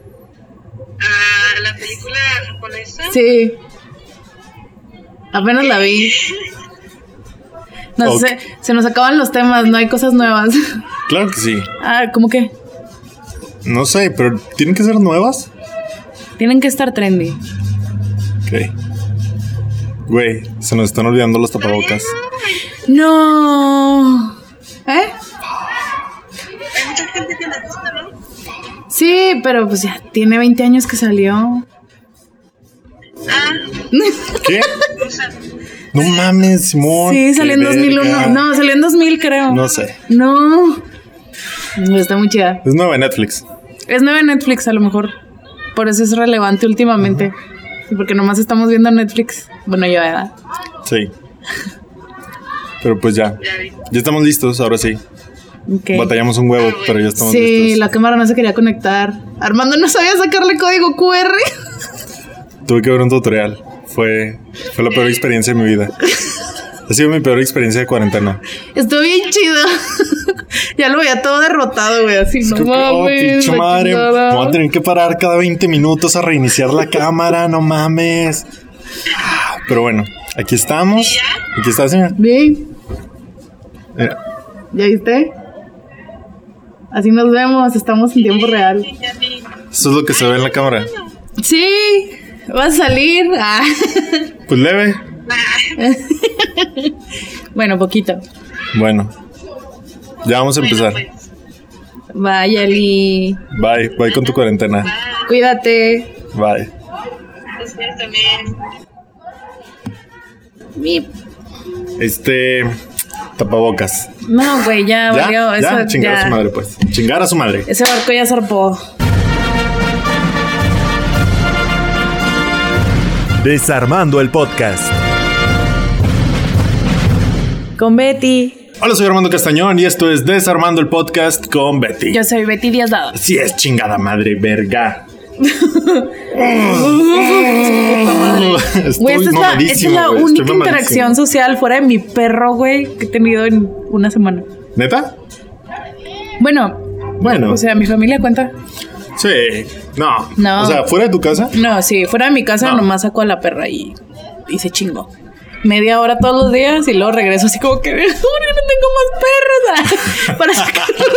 Ah, película japonesa. Sí. Apenas la vi. No Ok. sé, se nos acaban los temas, no hay cosas nuevas. Claro que sí. Ah, ¿cómo que? No sé, pero ¿tienen que ser nuevas? Tienen que estar trendy. Ok. Güey, se nos están olvidando los tapabocas. No. ¿Eh? Hay mucha gente que le gusta, ¿no? Sí, pero pues ya tiene 20 años que salió. Ah, ¿Qué? o sea, No mames, Simón. Sí, Oh, qué salió en 2001. verga. No, salió en 2000 creo. No sé. No. No, Está muy chida. Es nueva de Netflix. Es nueva en Netflix a lo mejor. Por eso es relevante últimamente. Sí, Porque nomás estamos viendo Netflix. Bueno, yo edad. Sí. Pero pues ya. ya vi. Ya estamos listos, ahora sí. Ok. Batallamos un huevo, pero ya estamos Sí, listos. la cámara no se quería conectar. Armando no sabía sacarle código QR. Tuve que ver un tutorial. Fue, fue la peor experiencia de mi vida. Ha sido mi peor experiencia de cuarentena. Estuvo bien chido. ya lo veía todo derrotado, güey. Así, no Creo que, oh, mames. pinche la madre. chingada. Voy a tener que parar cada 20 minutos a reiniciar la cámara, no mames. Pero bueno, aquí estamos. Aquí está, señora. Bien, Mira, ¿ya viste? Así nos vemos, estamos en tiempo real. Ya vi. Esto es lo que se ve en la cámara. Sí, va a salir. Ah. Pues leve. bueno, poquito. Bueno, ya vamos a empezar. Bueno, pues, Vaya, Lee. Bye, bye con tu cuarentena. ah, Cuídate. Bye. ustedes también. Bip. Este. Tapabocas. No, güey, ya, ¿Ya? valió. ¿Ya? Ah, Eso, Chingar a ya. su madre, pues. Chingar a su madre. Ese barco ya zarpó. Desarmando el podcast. Con Betty. Hola, soy Armando Castañón y esto es Desarmando el Podcast con Betty. Yo soy Betty Díaz Dado. Así es, chingada madre, verga. Güey, esta Estoy es la, esta es mamadísimo, la güey, estoy única interacción mamadísimo. social fuera de mi perro, güey, que he tenido en una semana. ¿Neta? Bueno, Bueno, o sea, mi familia cuenta. sí. No. No. O sea, fuera de tu casa. No, sí, fuera de mi casa No. nomás saco a la perra y, y se chingo. Media hora todos los días y luego regreso así como que, "Ahora no tengo más perros ah, para sacarlos?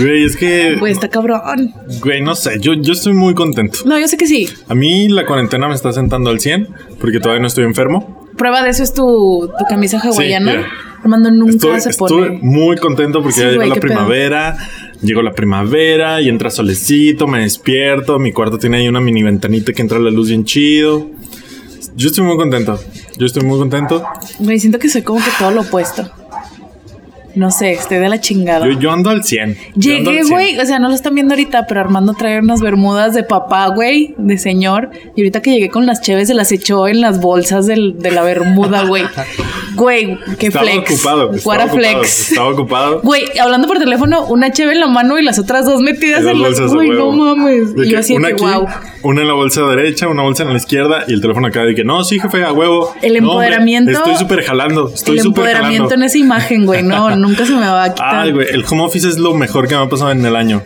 Güey, es que. Güey, está cabrón. Güey, no sé. Yo, yo estoy muy contento. No, yo sé que sí. A mí la cuarentena me está sentando al 100 porque todavía no estoy enfermo. Prueba de eso es tu, tu camisa hawaiana. mira. Armando nunca Estuve, se estuve pone. muy contento porque Sí, ya llegó güey, la qué pedo. primavera. Llegó la primavera y entra solecito, me despierto. Mi cuarto tiene ahí una mini ventanita que entra la luz bien chido. Yo estoy muy contento. Yo estoy muy contento. Me siento que soy como que todo lo opuesto. No sé, estoy de la chingada. Yo, yo ando al 100. Yo ando al Llegué, 100. güey. O sea, no lo están viendo ahorita, pero Armando trae unas bermudas de papá, güey, de señor. Y ahorita que llegué con las cheves, se las echó en las bolsas del- de la bermuda, güey. Güey, qué Estaba flex. ocupado. What güey, Estaba a ocupado. flex. Estaba ocupado. Güey, hablando por teléfono, una cheve en la mano y las otras dos metidas Las en las bolsas de Güey, no huevo. mames. De Y que yo así, una de que, aquí, wow. Una en la bolsa derecha, una bolsa en la izquierda y el teléfono acá de que no, sí, jefe, a huevo. El No, hombre, empoderamiento- estoy súper jalando. Estoy El súper empoderamiento jalando. en esa imagen, güey. No, nunca se me va a quitar. Ay, güey, el home office es lo mejor que me ha pasado en el año.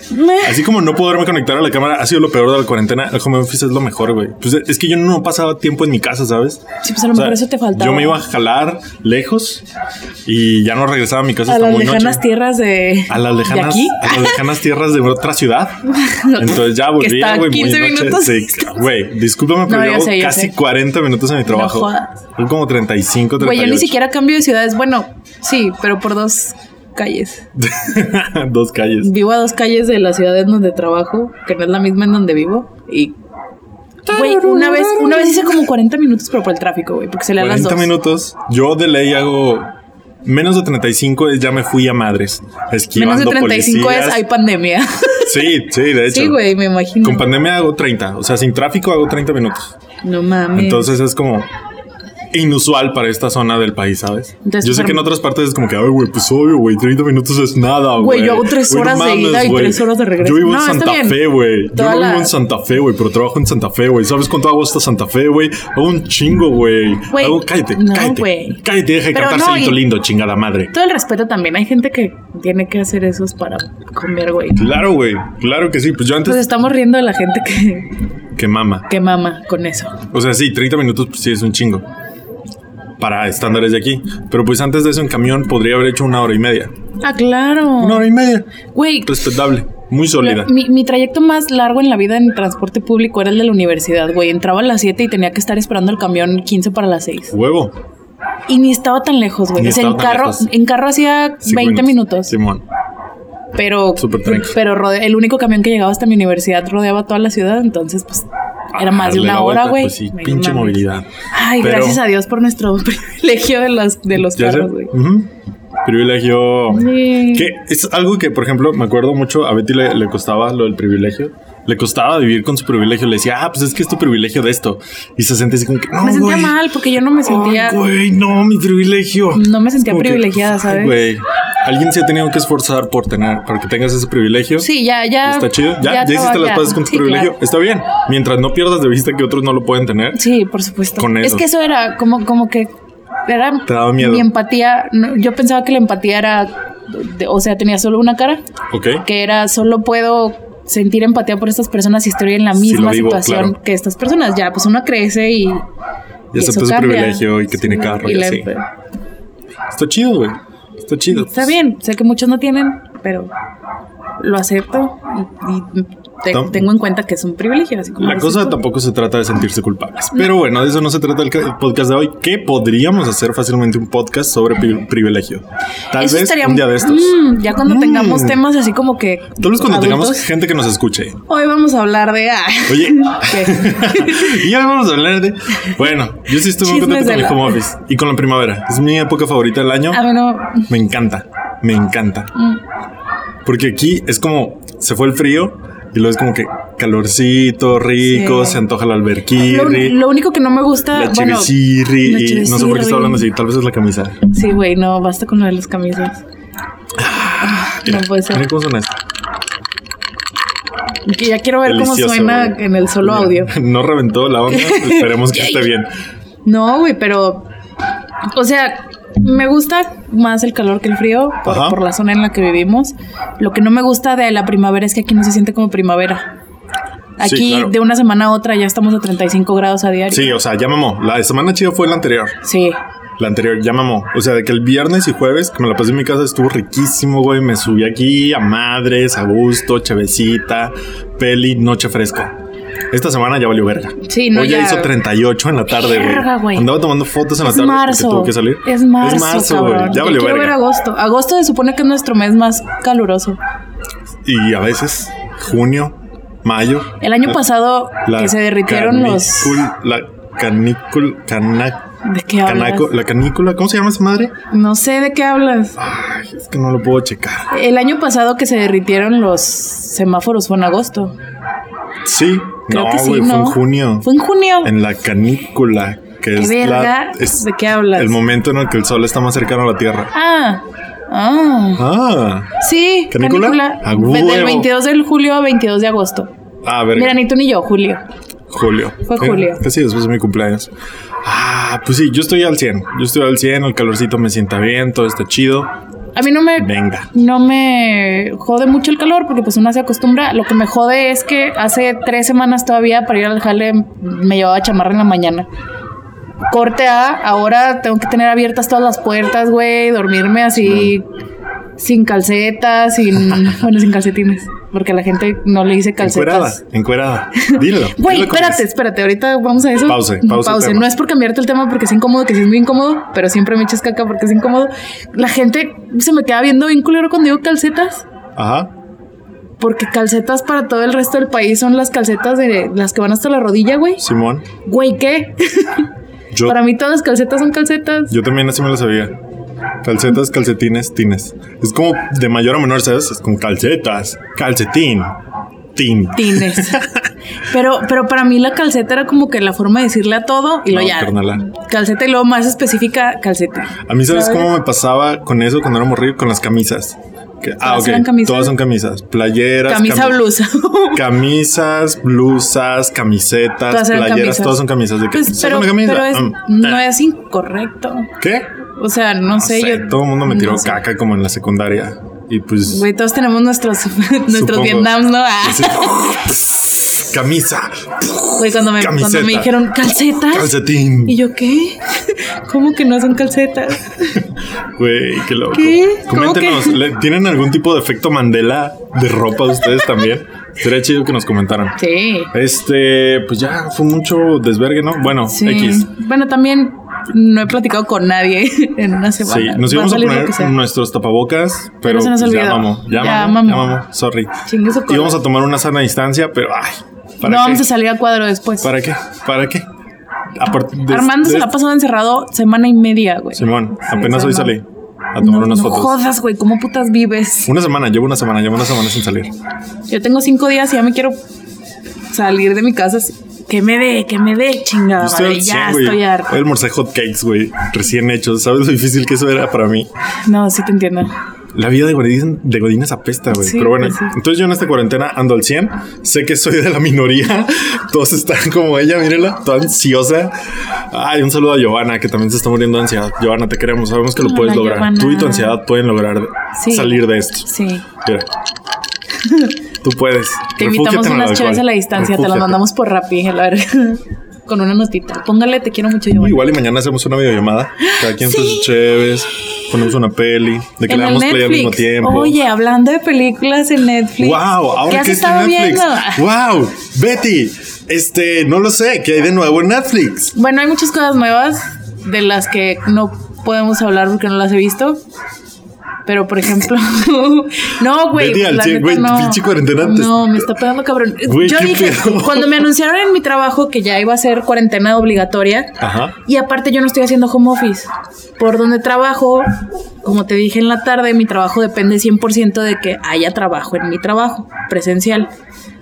Así como no poderme conectar a la cámara ha sido lo peor de la cuarentena, el home office es lo mejor, güey. Pues es que yo no pasaba tiempo en mi casa, ¿sabes? Sí, pues a lo O sea, mejor eso te faltaba. Yo me iba a jalar lejos y ya no regresaba a mi casa a hasta las muy noche. lejanas tierras de. A las lejanas, ¿De aquí? a las lejanas tierras de otra ciudad. Entonces ya volví, está a güey, muy 15 noche. minutos. Sí, güey, discúlpame, pero No, yo llevo sé, yo casi sé. 40 minutos en mi trabajo. jodas. Son como 35, 38. Güey, yo ni siquiera cambio de ciudades. Bueno, sí, pero por dos calles. Dos calles. Vivo a dos calles de la ciudad en donde trabajo, que no es la misma en donde vivo. Y. Güey, una vez, una vez hice como 40 minutos, pero por el tráfico, güey, porque se le a las 40 dos. minutos. Yo de ley hago menos de 35 es ya me fui a madres. Menos Esquivando de 35 policías. es hay pandemia. Sí, sí, de hecho. sí, güey, me imagino. Con pandemia hago 30, o sea, sin tráfico hago 30 minutos. no mames. Entonces es como inusual para esta zona del país, ¿sabes? Entonces, Yo sé pero- que en otras partes es como que, ay, güey, pues obvio, güey, 30 minutos es nada, güey. Güey, yo hago tres Güey, no horas de ida y güey. tres horas de regreso. Yo vivo No, en está Santa bien. Fe, güey. Yo Toda no la- vivo en Santa Fe, güey, pero trabajo en Santa Fe, güey. ¿Sabes cuánto hago hasta Santa Fe, güey? Hago un chingo, güey. Güey, Hago, cállate, no, cállate. güey. Cállate, deja de Pero cantar no, Celito y- lindo, chingada madre. Todo el respeto también. Hay gente que tiene que hacer esos para comer, güey. Claro, güey, claro que sí. Pues yo antes Pues estamos riendo de la gente que, que mama. que mama con eso. O sea, sí, 30 minutos pues, sí es un chingo. Para estándares de aquí. Pero pues antes de eso en camión podría haber hecho una hora y media. Ah, claro. Una hora y media. Güey, Respetable. Muy sólida. la- mi, mi trayecto más largo en la vida en transporte público era el de la universidad, güey. Entraba a las 7 y tenía que estar esperando el camión 15 para las 6. Huevo. Y ni estaba tan lejos, güey. Ni O sea, en estaba tan carro, lejos. en carro hacía Cinco 20 minutos. Simón. Pero, Súper tranqui. pero rode- el único camión que llegaba hasta mi universidad rodeaba toda la ciudad, entonces pues era Ah, más de darle una la hora, vuelta, güey. Pues sí, Ay, pinche mames. movilidad. Ay, Pero- gracias a Dios por nuestro privilegio de los, de los Ya sé. carros, güey. Ujú. Privilegio. Sí. Que es algo que, por ejemplo, me acuerdo mucho a Betty le, le costaba lo del privilegio. Le costaba vivir con su privilegio. Le decía, ah, pues es que es tu privilegio de esto. Y se sentía así como que, no, Me sentía güey. mal porque yo no me sentía... Ay, güey, no, mi privilegio. No me sentía Es como que, privilegiada, ay, ¿sabes? güey, alguien se ha tenido que esforzar por tener, para que tengas ese privilegio. Sí, ya, ya. Está chido. Ya, ya, hiciste estaba, las ya. paces con tu Sí, privilegio. claro. Está bien. Mientras no pierdas de vista que otros no lo pueden tener. Sí, por supuesto. Con es eso. que eso era como, como que era Te daba miedo. mi empatía. no, yo pensaba que la empatía era, de- o sea, tenía solo una cara, Ok. que era solo puedo sentir empatía por estas personas si estoy en la Si misma lo vivo, situación claro. que estas personas. Ya, pues uno crece y Ya y aceptas eso su cambia. privilegio y que tiene Sí, carro y y, la- así. Está chido, güey. Está chido. Está bien, sé que muchos no tienen, pero lo acepto y, y te- Tam- tengo en cuenta que es un privilegio. Así como La dices cosa tú. tampoco se trata de sentirse culpables. Pero bueno, de eso no se trata el ca- podcast de hoy. Que podríamos hacer fácilmente un podcast sobre pri- privilegio. Tal Eso vez estaría- un día de estos. Mm, ya cuando Mm. tengamos temas así como que. Tal vez cuando tengamos adultos. gente que nos escuche. Hoy vamos a hablar de. ah, Oye. ¿qué? y ahora vamos a hablar de. Bueno, yo sí estoy muy Chismes contento con de el la- home office y con la primavera. Es mi época favorita del año. A ver, no. Me encanta, me encanta. mm, Porque aquí es como se fue el frío y luego es como que calorcito, rico, Sí. se antoja la Lo, alberquirri, lo único que no me gusta. la bueno, chivisirri. la y no sé por qué chivisirri. está hablando así, tal vez es la camisa. Sí, güey, no, basta con lo de las camisas. Ah, Mira, no puede ser. Ah, mira cómo suena esto. Que ya quiero ver Delicioso, cómo suena güey. en el solo Mira, audio. No reventó la onda, esperemos que esté bien. No, güey, pero. O sea, me gusta más el calor que el frío por, Ajá. por la zona en la que vivimos. Lo que no me gusta de la primavera es que aquí no se siente como primavera. Aquí Sí, claro. de una semana a otra ya estamos a 35 grados a diario. Sí, o sea, ya mamó. La semana chida fue la anterior. Sí. La anterior ya mamó. O sea, de que el viernes y jueves, que me la pasé en mi casa, estuvo riquísimo, güey. Me subí aquí a madres, a gusto, chevecita, peli, noche fresca. Esta semana ya valió verga. Sí, no, Hoy ya, ya- hizo 38 en la tarde, Verga, güey. güey. Andaba tomando fotos en la Es tarde porque marzo. tuvo que salir. Es marzo. güey. cabrón. Ya Yo valió quiero verga. ver agosto. Agosto se supone que es nuestro mes más caluroso. Y a veces, junio, mayo. El año La- pasado la que se derritieron los. canicul- La canícula, cana- ¿De qué hablas? canaco- la canícula, ¿cómo se llama esa madre? No sé de qué hablas. Ay, es que no lo puedo checar. El año pasado que se derritieron los semáforos fue en agosto. Sí, Creo no, que sí, güey, fue ¿no? en junio. Fue en junio. En la canícula, que ¿Qué es, la, verga? es ¿De qué hablas? el momento en el que el sol está más cercano a la Tierra. Ah, ah. Ah, Sí, ¿Canícula? Ah, canícula. A Del huevo. 22 de julio a 22 de agosto. a ver, Mira, ni tú ni yo, julio. julio. Fue Mira, julio. Casi después de mi cumpleaños. Ah, pues sí, yo estoy al 100. Yo estoy al 100, el calorcito me sienta bien, todo está chido. A mí no me Venga. no me jode mucho el calor porque pues uno se acostumbra. Lo que me jode es que hace tres semanas todavía para ir al jale me llevaba chamarra en la mañana. Corte A, ahora tengo que tener abiertas todas las puertas, güey, dormirme así sin calcetas, sin bueno, sin calcetines, porque a la gente no le dice Encuerada, calcetas. encuerada. Dilo. Güey, dilo como espérate, es. espérate, ahorita vamos a eso. Pause, pause el Pause. tema. No es por cambiarte el tema porque es incómodo, que sí es muy incómodo, pero siempre me echas caca porque es incómodo. La gente se me queda viendo bien culero cuando digo calcetas, Ajá. porque calcetas para todo el resto del país son las calcetas de las que van hasta la rodilla, güey. Simón, Güey, ¿qué? yo, para mí todas las calcetas son calcetas. yo también así me lo sabía. Calcetas, calcetines, tines. Es como de mayor a menor, ¿sabes? Es como calcetas, calcetín, Tin. Tines. Pero, pero para mí la calceta era como que la forma de decirle a todo y lo No, ya. carnala. Calceta y luego más específica, calceta. A mí, ¿sabes ¿Sabes? cómo me pasaba con eso cuando era morrillo? Con las camisas. Que- ah, ¿Todas ok. eran camisas? Todas son camisas. Playeras. Camisa, cami- blusa. Camisas, blusas, camisetas, Todas eran playeras, camisas. todas son camisas. De que, Pues, pero, "Solo una camisa". pero es- Mm, no eh. es incorrecto. ¿Qué? O sea, no, No sé, sé, yo. Todo el mundo me tiró no sé. caca como en la secundaria. Y pues. Güey, todos tenemos nuestros, nuestros Supongo. Vietnams, ¿no? Ah, así, camisa, güey, cuando me, Camiseta. cuando me dijeron calcetas. calcetín. ¿Y yo qué? ¿Cómo que no son calcetas? Güey, qué loco. ¿Qué? ¿Cómo Coméntenos, que? ¿le- ¿tienen algún tipo de efecto Mandela de ropa ustedes también? Sería chido que nos comentaran. Sí. Este, pues ya fue mucho desvergue, ¿no? Bueno, Sí. X. Bueno, también no he platicado con nadie en una Sí, semana. nos Va íbamos a salir lo poner que sea. nuestros tapabocas, Pero pero, se nos pues, ya olvidó. mamó, ya, Ya mamó, ya mamó. mamó, sorry. Chingue su cola. Íbamos a tomar una sana distancia, pero ay, ¿para No qué? vamos a salir a cuadro después. ¿Para qué? ¿Para qué? Aparte de- Armando de- se la ha pasado encerrado semana y media, güey. Simón, Sí, apenas hoy Simón. salí a tomar no, unas no fotos. jodas, güey, ¿cómo putas vives? Una semana, llevo una semana, llevo una semana sin salir. Ah, Yo tengo cinco días y ya me quiero salir de mi casa. así, Que me dé, que me dé, chingada Yo estoy madre, al Ya 100, güey. Eh. estoy harta. Hoy almorcé hot cakes, güey, recién hechos. ¿Sabes lo difícil que eso era para mí? No, sí te entiendo. La vida de Godín, de Godines apesta, güey. Sí, Pero bueno, pues sí. entonces yo en esta cuarentena ando al 100. Sé que soy de la minoría. Todos están como ella, mírenla, toda ansiosa. Ay, un saludo a Giovanna, que también se está muriendo de ansiedad. Giovanna, te queremos. Sabemos que lo Hola, puedes lograr. Giovanna. Tú y tu ansiedad pueden lograr Sí. salir de esto. Sí. Mira. Tú puedes. Te Refúgiate invitamos en el unas chaves a alcohol. la distancia, te Refúgiate. las mandamos por Rappi, a la verga. Con una notita. Póngale, te quiero mucho, Uy, Giovanna. Igual y mañana hacemos una videollamada. Cada quien hace Sí. sus cheves. Ponemos una peli. De que le damos play al mismo tiempo. Oye, hablando de películas en Netflix. Wow, ¿qué ahora has que está estado en Netflix. viendo? Wow, Betty, este, no lo sé, ¿qué hay de nuevo en Netflix? Bueno, hay muchas cosas nuevas de las que no podemos hablar porque no las he visto. Pero, por ejemplo, no, güey. Vete al la cien, neta, güey, pinche cuarentena antes. No, me está pegando cabrón. Güey, Yo qué dije, pedo. cuando me anunciaron en mi trabajo que ya iba a ser cuarentena obligatoria, Ajá. y aparte yo no estoy haciendo home office. Por donde trabajo, como te dije en la tarde, mi trabajo depende 100% de que haya trabajo en mi trabajo, presencial.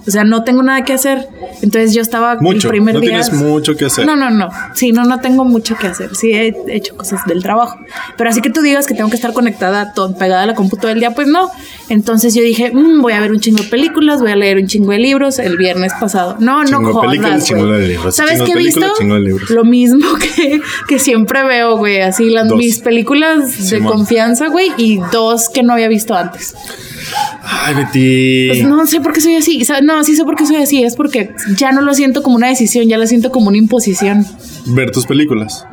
O sea, no tengo nada que hacer. Entonces yo estaba Mucho, el primer no día... tienes mucho que hacer. No, no, no. Sí, no, no tengo mucho que hacer. Sí, he hecho cosas del trabajo. Pero así que tú digas que tengo que estar conectada, to- pegada a la compu todo el día, pues no. Entonces yo dije, "Mm, voy a ver un chingo de películas, voy a leer un chingo de libros el viernes pasado. No, Chingo no de jodas, películas, güey. chingo de libros, ¿Sabes chingo de qué he visto? películas, chingo de libros. Lo mismo que, que siempre veo, güey. Así las, Dos. mis películas de Simón. confianza, güey, y dos que no había visto antes. Ay, Betty. Pues no sé por qué soy así. O sea, No, sí sé por qué soy así. Es porque ya no lo siento como una decisión, ya lo siento como una imposición. Ver tus películas.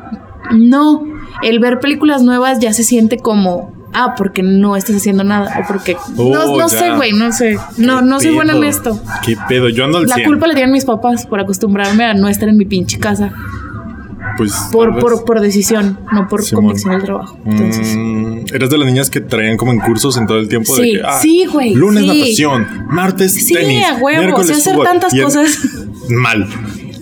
No, el ver películas nuevas ya se siente como, ah, porque no estás haciendo nada, o porque... Oh, no no ya. sé, güey, no sé. No, Qué no soy buena en pedo. esto. Qué pedo, yo ando al La 100. culpa la tienen mis papás por acostumbrarme a no estar en mi pinche casa, pues, por, tal por, vez. por decisión, no por Simón. convicción del trabajo. Entonces... Mm, eres de las niñas que traían como en cursos en todo el tiempo Sí, de que, ah, sí, güey, Lunes sí. natación, martes Sí, tenis, a huevo, miércoles sé hacer fútbol, tantas y en- cosas. Mal.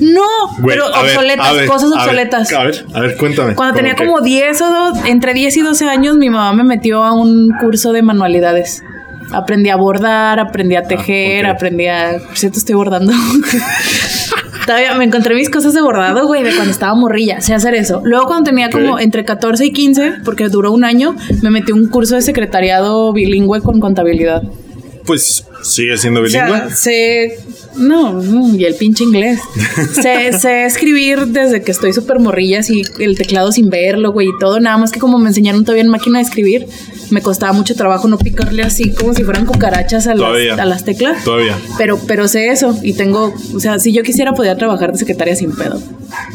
No, Güey, pero a ver, obsoletas, a ver, cosas a ver, obsoletas. A ver, a ver, cuéntame. Cuando tenía ¿cómo como 10 o do- entre 10 y 12 años, mi mamá me metió a un curso de manualidades. Aprendí a bordar, aprendí a tejer, Ah, ok. aprendí a... Por cierto, estoy bordando. Todavía me encontré mis cosas de bordado, güey, de cuando estaba morrilla. Sé hacer eso. Luego cuando tenía como Ok. entre 14 y 15, porque duró un año, me metí a un curso de secretariado bilingüe con contabilidad. qué? Pues sigue siendo O sea, bilingüe. sé. No, no, y el pinche inglés. sé, sé escribir desde que estoy súper morrilla, así el teclado sin verlo, güey, y todo. Nada más que como me enseñaron todavía en máquina de escribir, me costaba mucho trabajo no picarle así como si fueran cucarachas a, las, Todavía. a las teclas. Todavía. Pero, pero sé eso y tengo, o sea, si yo quisiera podía trabajar de secretaria sin pedo,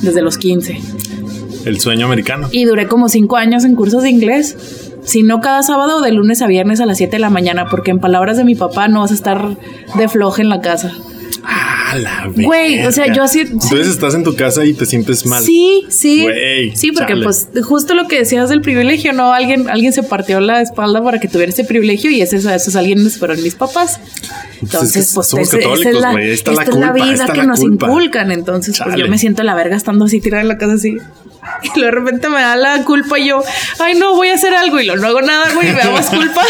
desde los 15. El sueño americano. Y duré como cinco años en cursos de inglés. Si no cada sábado, de lunes a viernes a las 7 de la mañana, porque en palabras de mi papá no vas a estar de floja en la casa. Ah, la Güey, o sea, verga. yo así- Entonces sí. estás en tu casa y te sientes mal. Sí, sí. Güey, sí, porque chale. pues justo lo que decías del privilegio, ¿no? Alguien, alguien se partió la espalda para que tuviera ese privilegio y ese, esos alguienes fueron mis papás. es Entonces, que pues, somos esa- esa es católicos, la, güey, ahí está esta la es la culpa, ahí vida está que la nos culpa. inculcan. Entonces, pues Chale. yo me siento a la verga estando así tirada en la casa así. Y luego de repente me da la culpa y yo, ay no, voy a hacer algo y lo no hago nada, Pues, güey, y me da más culpa.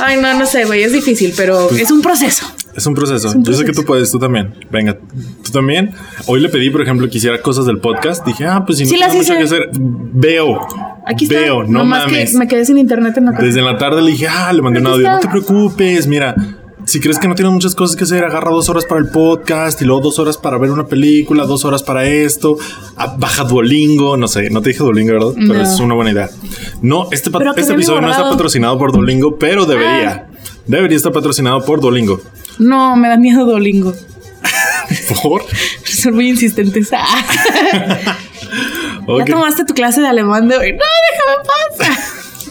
ay no, no sé, güey, es difícil, pero es un proceso. Es un proceso. Es un Yo sé que proceso. tú puedes, tú también. Venga, tú también. Hoy le pedí, por ejemplo, que hiciera cosas del podcast. Dije, ah, pues si no Sí, tengo las mucho hice. que hacer, veo. Aquí está. Veo, no Nomás mames. que me quedé sin internet en la casa. Desde la tarde le dije, ah, le mandé un Aquí audio. está. No te preocupes, mira. Si crees que no tienes muchas cosas que hacer, agarra dos horas para el podcast y luego dos horas para ver una película, dos horas para esto. Ah, Baja Duolingo, no sé, no te dije Duolingo, ¿verdad? Pero No. es una buena idea. No, este, pa- Pero que este se me episodio no está borrado. Ah. patrocinado por Duolingo, pero debería. Debería estar patrocinado por Duolingo. No, me da miedo Duolingo. Por. Son muy insistentes. Ah. Ok. Ya tomaste tu clase de alemán de hoy. No,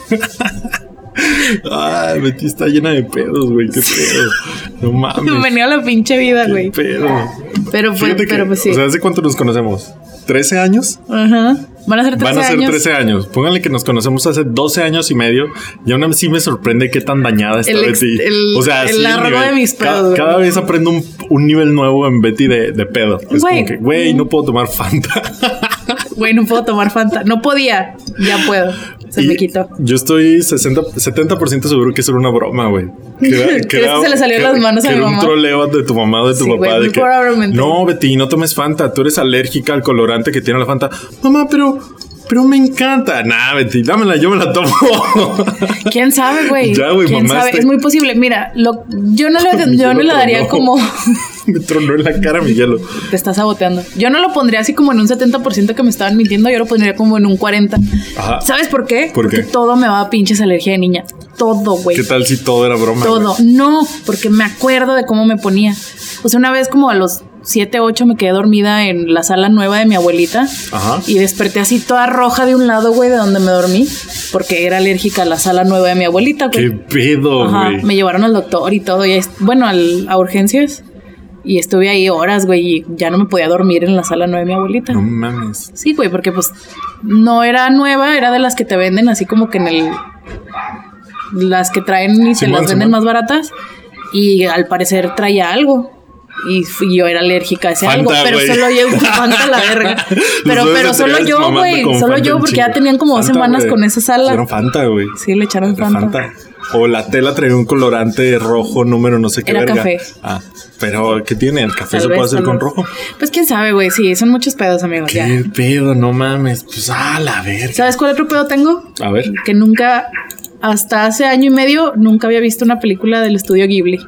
déjame paz. Ay, Betty está llena de pedos, güey. Qué pedo. No mames. Bienvenido a la pinche vida, Qué güey. pedo. Pero pues, Fíjate que, pero pues sí. O sea, ¿hace cuánto nos conocemos? ¿13 años? Ajá. Van a ser 13 Van a ser años. 13 años. Pónganle que nos conocemos hace 12 años y medio. Y aún así me sorprende qué tan dañada está El ex- Betty. el- o sea, el sí, largo nivel- de mis ca- pedos, Cada, güey. vez aprendo un, un nivel nuevo en Betty de, de pedo. Güey. mm. Es como que, güey, no puedo tomar Fanta. Güey, no puedo tomar Fanta. No podía. Ya puedo. Se Y me quitó. Yo estoy 60, 70% seguro que eso era una broma, güey. ¿Crees que se le salió que- las manos a que mi era mamá? un troleo de tu mamá o de tu Sí, papá. güey, de que, probablemente. no, Betty, no tomes Fanta. Tú eres alérgica al colorante que tiene la Fanta. Mamá, pero, pero me encanta. Nah, Betty, dámela, yo me la tomo. ¿Quién sabe, güey? Ya, güey, este ¿Quién mamaste. sabe? Es muy posible. Mira, lo, yo no lo, Me yo no lo tronó. daría como... me tronó en la cara mi hielo. Te está saboteando. Yo no lo pondría así como en un 70% que me estaban mintiendo. Yo lo pondría como en un 40%. Ajá. ¿Sabes por qué? ¿Por qué? Porque todo me va a pinches alergia de niña. Todo, güey. ¿Qué tal si todo era broma? Todo. güey? No, porque me acuerdo de cómo me ponía. O sea, una vez como a los 7, 8 me quedé dormida en la sala nueva de mi abuelita. Ajá. Y desperté así toda roja de un lado, güey, de donde me dormí. Porque era alérgica a la sala nueva de mi abuelita, ¿Qué güey. pedo, Ajá. güey? Me llevaron al doctor y todo. Y es- bueno, al- a urgencias. Y estuve ahí horas, güey. Y ya no me podía dormir en la sala nueva de mi abuelita. No mames. Sí, güey, porque pues no era nueva, era de las que te venden así como que en el... Las que traen y Simón, te las venden Simón. más baratas. Y al parecer traía algo. Y fui- yo era alérgica a ese Fanta, algo, pero güey. solo yo, Fanta la verga. Pero, Los pero dos solo estrellas yo, mamando güey, con solo Fanta yo, en porque chinga. ya tenían como dos Fanta, semanas güey. con esa Hicieron sala. Fanta, güey. Sí, le echaron Era Fanta. Fanta. O la tela traía un colorante rojo, número no sé qué Era verga. café. Ah, pero ¿qué tiene? El café Tal se vez, puede hacer tal con vez. rojo. Pues quién sabe, güey, sí, son muchos pedos, amigos, ya. Qué pedo, no mames. Pues a la verga. ¿Sabes cuál otro pedo tengo? A ver. Que nunca, hasta hace año y medio, nunca había visto una película del estudio Ghibli.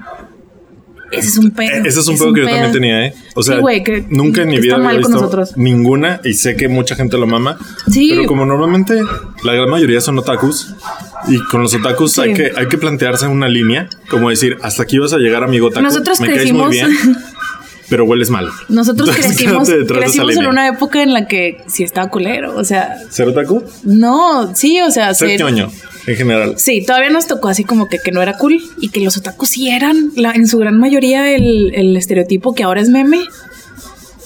Ese es un pedo. Eh, Ese es un pedo que yo también pedo. tenía, ¿eh? O sea, Sí, güey, que- nunca en mi que está vida había mal con visto nosotros. ninguna y sé que mucha gente lo mama. Sí. Pero como normalmente la gran mayoría son otakus y con los otakus Sí. hay, que, hay que plantearse una línea, como decir, hasta aquí vas a llegar, amigo otaku. Nosotros Me crecimos, caes muy bien, pero hueles mal. nosotros Entonces, crecimos, quédate detrás de esa crecimos en línea. una época en la que sí estaba culero. O sea, ¿Ser otaku? no, sí, o sea, Ser ser- ñoño, en general. Sí, todavía nos tocó así como que, que no era cool y que los otakus sí eran la, en su gran mayoría el, el estereotipo que ahora es meme.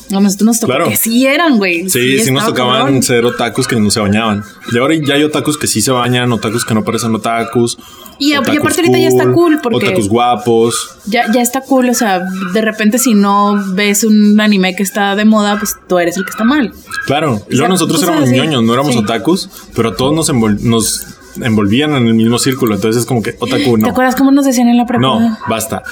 A nosotros nos tocó Claro. que sí eran, güey. Sí, sí nos estaba tocaban cabrón. ser otakus que no se bañaban. Y ahora ya hay otakus que sí se bañan, otakus que no parecen otakus. Y a- y otakus aparte ahorita ya está cool, porque- Otakus guapos. Ya, ya está cool, o sea, de repente si no ves un anime que está de moda, pues tú eres el que está mal. Claro. Y luego sea, nosotros cosas éramos así. ñoños, no éramos Sí. otakus, pero todos nos, envol- nos envolvían en el mismo círculo. Entonces es como que otaku no. ¿Te acuerdas cómo nos decían en la prepa? No, basta.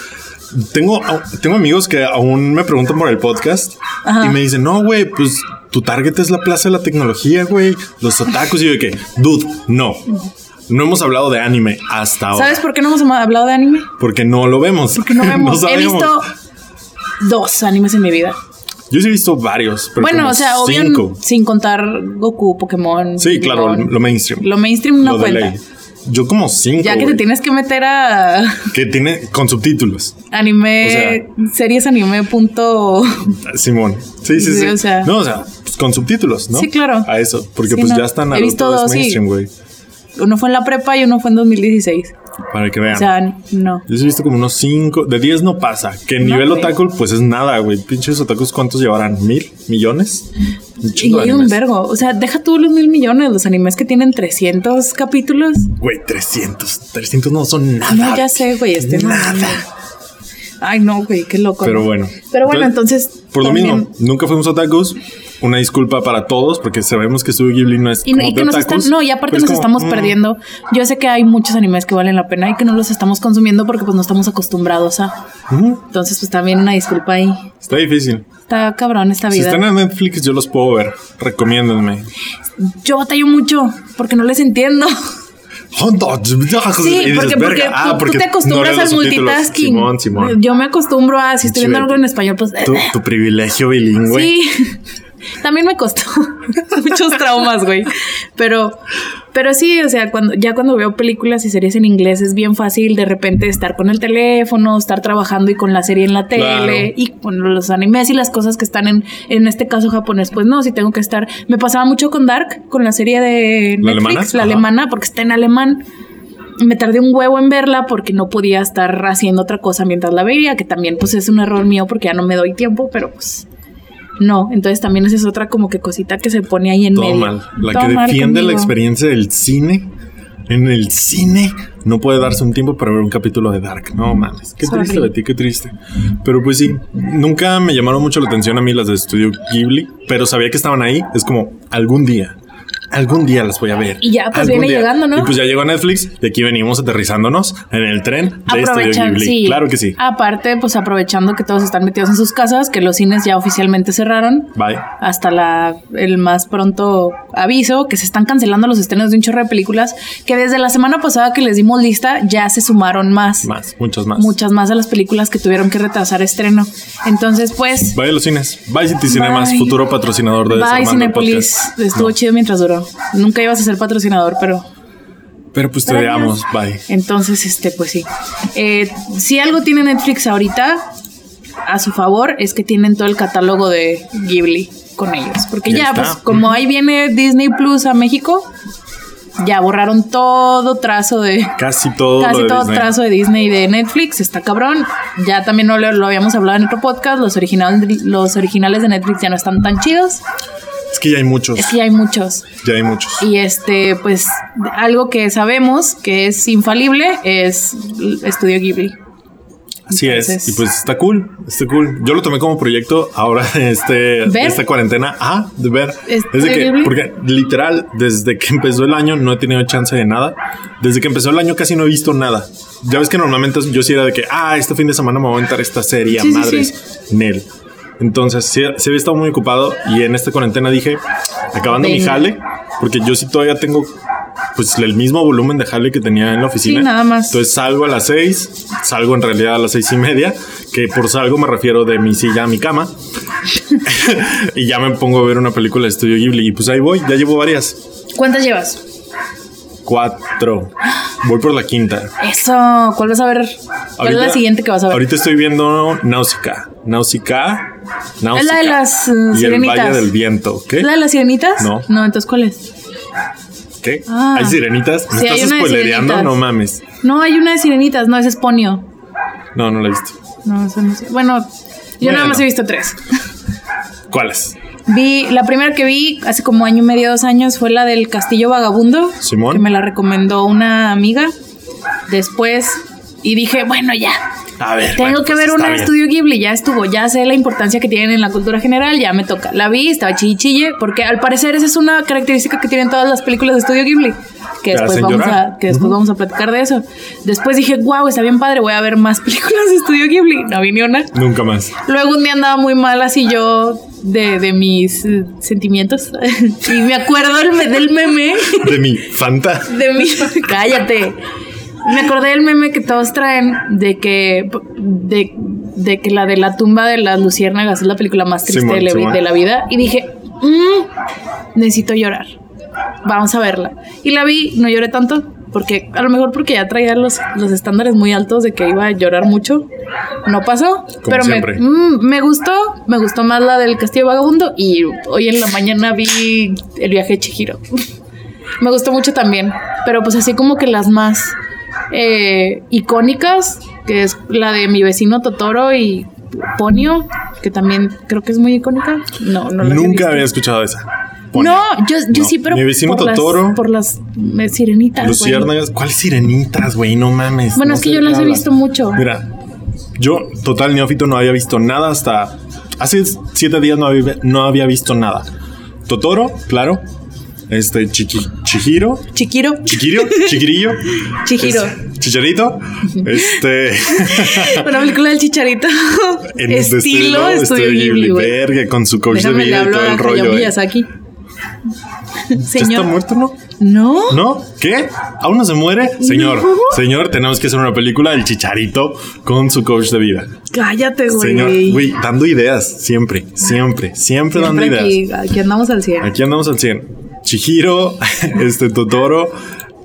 Tengo, tengo amigos que aún me preguntan por el podcast Ajá. y me dicen, no, güey, pues tu target es la plaza de la tecnología, güey, los otakus. Y yo de que, dude, no. No hemos hablado de anime hasta ahora. ¿Sabes por qué no hemos ama- hablado de anime? Porque no lo vemos. Porque no vemos. He sabemos. visto dos animes en mi vida. Yo sí he visto varios, pero bueno, como o sea, obvio, cinco. sin contar Goku, Pokémon. Sí, claro, Digimon. lo mainstream. Lo mainstream no Lo de cuenta. ley. Yo como cinco. Ya que te güey, tienes que meter a que tiene con subtítulos. anime, series anime punto... Simón. Sí, sí, Sí, sí. o sea. no, o sea, pues, con subtítulos, ¿no? Sí, claro. A eso, porque Sí, pues no. ya están He visto dos, sí. mainstream, güey. Uno fue en la prepa y uno fue en 2016. Para que vean. O sea, no. Yo sí he visto como unos 5, de 10 no pasa. Que en No, nivel güey. otaku, pues es nada, güey. Pinches otakus, ¿cuántos llevarán? ¿Mil? ¿Millones? Un Y chingo de hay un animes. vergo. O sea, deja tú los mil millones, los animes que tienen 300 capítulos. Güey, 300. 300 no son nada. este No, ya sé, güey, estoy mamando. Nada. Ay, no, güey, qué loco. Pero ¿no? bueno. Pues, Pero bueno, entonces. Por lo también- mismo, nunca fuimos otakus. Una disculpa para todos, porque sabemos que Studio Ghibli no es. Y, como y de que nos otakus, están, no, y aparte pero es nos como, estamos mm, perdiendo. Yo sé que hay muchos animes que valen la pena y que no los estamos consumiendo porque pues no estamos acostumbrados a. ujú, Entonces, pues también una disculpa ahí. Está difícil. Está cabrón esta Si vida. están en Netflix, yo los puedo ver. Recomiéndenme. Yo batallo mucho porque no les entiendo. Sí, Sí, porque, porque, ah, tú, tú te acostumbras al multitasking. Simón, Simón. Yo me acostumbro a si estoy viendo Pinche algo en español, pues. Tu, tu privilegio bilingüe. Sí, también me costó muchos traumas, güey. Pero, pero sí, o sea, cuando, ya cuando veo películas y series en inglés es bien fácil de repente estar con el teléfono, estar trabajando y con la serie en la tele Claro. y con los animes y las cosas que están en, en este caso japonés. Pues no, si tengo que estar. Me pasaba mucho con Dark, con la serie de ¿La Netflix, alemana? la Ajá. alemana, porque está en alemán. Me tardé un huevo en verla porque no podía estar haciendo otra cosa mientras la veía, que también pues es un error mío porque ya no me doy tiempo, pero pues no, entonces también esa es otra como que cosita que se pone ahí en Todo medio. mal. La Todo que mal defiende la conmigo. experiencia del cine. En el cine no puede darse un tiempo para ver un capítulo de Dark. No mames. Qué Sorry. triste, Betty, qué triste. Pero pues sí, nunca me llamaron mucho la atención a mí las de estudio Ghibli, pero sabía que estaban ahí. Es como algún día. Algún día las voy a ver. Y ya, pues, Algún viene llegando, ¿no? Y pues ya llegó Netflix y aquí venimos aterrizándonos en el tren de Estudio Aprovechan, Ghibli. sí. Claro que sí. Aparte, pues aprovechando que todos están metidos en sus casas, que los cines ya oficialmente cerraron. Bye. Hasta la, el más pronto aviso que se están cancelando los estrenos de un chorro de películas que desde la semana pasada que les dimos lista ya se sumaron más, Más, muchos más. muchas más a las películas que tuvieron que retrasar estreno. Entonces, pues, Bye a los cines. Bye City Cinemas, Bye. futuro patrocinador de bye Desarmando el Cinepolis. Podcast. Estuvo chido mientras duró. Nunca ibas a ser patrocinador, pero Pero pues te Pero veamos. Bye. Entonces, este, pues sí. Eh, si algo tiene Netflix ahorita, a su favor, es que tienen todo el catálogo de Ghibli con ellos. Porque Ya ya, está. pues, como ahí viene Disney Plus a México, ya borraron todo trazo de. Casi todo. lo Casi de todo Disney. trazo de Disney y de Netflix, está cabrón. Ya también no lo, lo habíamos hablado en otro podcast, los originales, los originales de Netflix ya no están tan chidos. Es que ya hay muchos. Es que ya hay muchos. Ya hay muchos. Y este, pues, algo que sabemos que es infalible es l- Estudio Ghibli. Así es. Entonces- ah. Y pues está cool. Está cool. Yo lo tomé como proyecto ahora de este, de ¿Ver? Este, esta cuarentena. Ah, de ver. Es Es de que, terrible. porque literal, desde que empezó el año no he tenido chance de nada. Desde que empezó el año casi no he visto nada. Ya ves que normalmente yo sí era de que, ah, este fin de semana me voy a aventar esta serie, a Sí, sí, madres, Nel. Entonces, sí, sí había estado muy ocupado y en esta cuarentena dije, acabando mi Venga. jale, porque yo sí todavía tengo pues el mismo volumen de jale que tenía en la oficina. nada más. Entonces, salgo a las 6, salgo en realidad a las seis y media, que por salgo me refiero de mi silla a mi cama, y ya me pongo a ver una película de Estudio Ghibli, y pues ahí voy, ya llevo varias, ¿Cuántas llevas? cuatro, voy por la quinta. Eso, ¿cuál vas a ver? ¿Cuál es la siguiente que vas a ver? Ahorita estoy viendo Náusica, Náusica, Náusica. Es la de las, eh, y sirenitas. El Valle del Viento, ¿qué? ¿Es ¿La de las sirenitas? No. No, entonces ¿cuál es? ¿Qué? Ah. ¿Hay sirenitas? ¿Me Sí, hay estás una de spoilereando? sirenitas. No mames. No, hay una de sirenitas, no, ese es Ponio. No, no la he visto. No, eso no sé. Bueno, yo nada Bueno. más he visto tres. ¿Cuáles? Vi, la primera que vi hace como año y medio, dos años, fue la del Castillo Vagabundo. Simón. Que me la recomendó una amiga. Después, y dije, bueno, ya, A ver. Tengo bueno, que pues ver está una de bien. Estudio Ghibli, ya estuvo, ya sé la importancia que tienen en la cultura general, ya me toca. La vi, estaba chichille, porque al parecer esa es una característica que tienen todas las películas de Estudio Ghibli, que Te después, hacen vamos llorar. a, que después vamos a platicar de eso. Después dije, wow, está bien padre, voy a ver más películas de Estudio Ghibli. No vi ni una. Nunca más. Luego un día andaba muy mal así yo de, de mis eh, sentimientos y me acuerdo el me- del meme De mi Fanta. de mí. Cállate. Me acordé del meme que todos traen de que de, de que la de la tumba de las luciérnagas es la película más triste Simón, de, la, vi- Simón. de la vida y dije, "Mm, necesito llorar. Vamos a verla. Y la vi, no lloré tanto porque a lo mejor porque ya traía los, los estándares muy altos de que iba a llorar mucho. No pasó, pero me, siempre. mm, me gustó, me gustó más la del Castillo Vagabundo y hoy en la mañana vi El viaje de Chihiro. Me gustó mucho también. Pero pues así como que las más eh, icónicas, que es la de mi vecino Totoro y Ponio, que también creo que es muy icónica. No, no las he visto. Nunca había escuchado esa. Ponle. No, yo, yo No. sí, pero Mi vecino por Totoro. las, por las eh, sirenitas. güey. Luciérnagas. ¿Cuáles sirenitas, güey? No mames. Bueno, No es que sé yo de qué las he hablas. visto mucho. Mira, Yo, total neófito, no había visto nada hasta hace siete días, no había, no había visto nada. Totoro, claro. Este, Chiqui, Chihiro, Chiquiro. Chiquirio, Chiquirillo. Chihiro. es- Chicharito. Este. Una película del chicharito. en este estilo estudio Ghibli, güey. verga, con su coach Déjame le de vida y hablo todo a el Hayao rollo. eh. Miyazaki. ¿Ya está Señor. muerto, no? No. ¿No? ¿Qué? ¿Aún no se muere? Señor, señor, tenemos que hacer una película del chicharito con su coach de vida. Cállate, güey. Señor, güey, dando ideas, siempre, siempre, siempre dando Siempre ideas. aquí, aquí andamos al cielo. Aquí andamos al 100. Chihiro, este Totoro,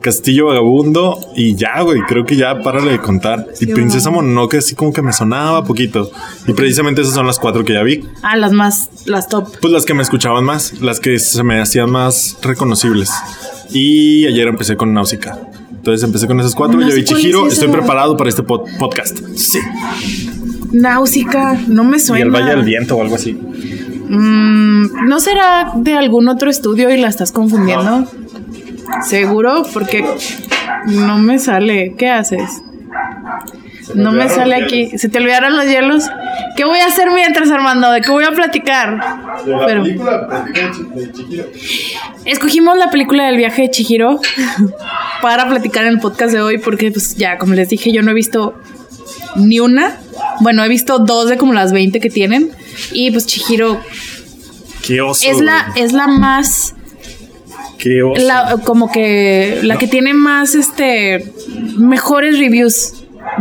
Castillo Vagabundo y ya, güey, creo que ya párale de contar. Y Princesa Mononoke así como que me sonaba poquito. Y precisamente esas son las cuatro que ya vi. Ah, las más, las top. Pues las que me escuchaban más, las que se me hacían más reconocibles. Y ayer empecé con Náusica. Entonces empecé con esas cuatro, No ya sé vi cuál Chihiro, es esa. estoy preparado para este pod- podcast. Sí. Náusica, no me Y suena. el Valle del Viento o algo así. Mm, ¿No será de algún otro estudio y la estás confundiendo? Seguro, porque no me sale. ¿Qué haces? me No me olvidaron sale los aquí. ¿Se te olvidaron los hielos? ¿Qué voy a hacer mientras, Armando? ¿De qué voy a platicar? Pero- Escogimos la película del viaje de Chihiro para platicar en el podcast de hoy porque pues ya, como les dije, yo no he visto ni una. Bueno, he visto dos de como las 20 que tienen y pues Chihiro Qué oso. es la güey. es la más Qué oso. la, como que la que tiene más este mejores reviews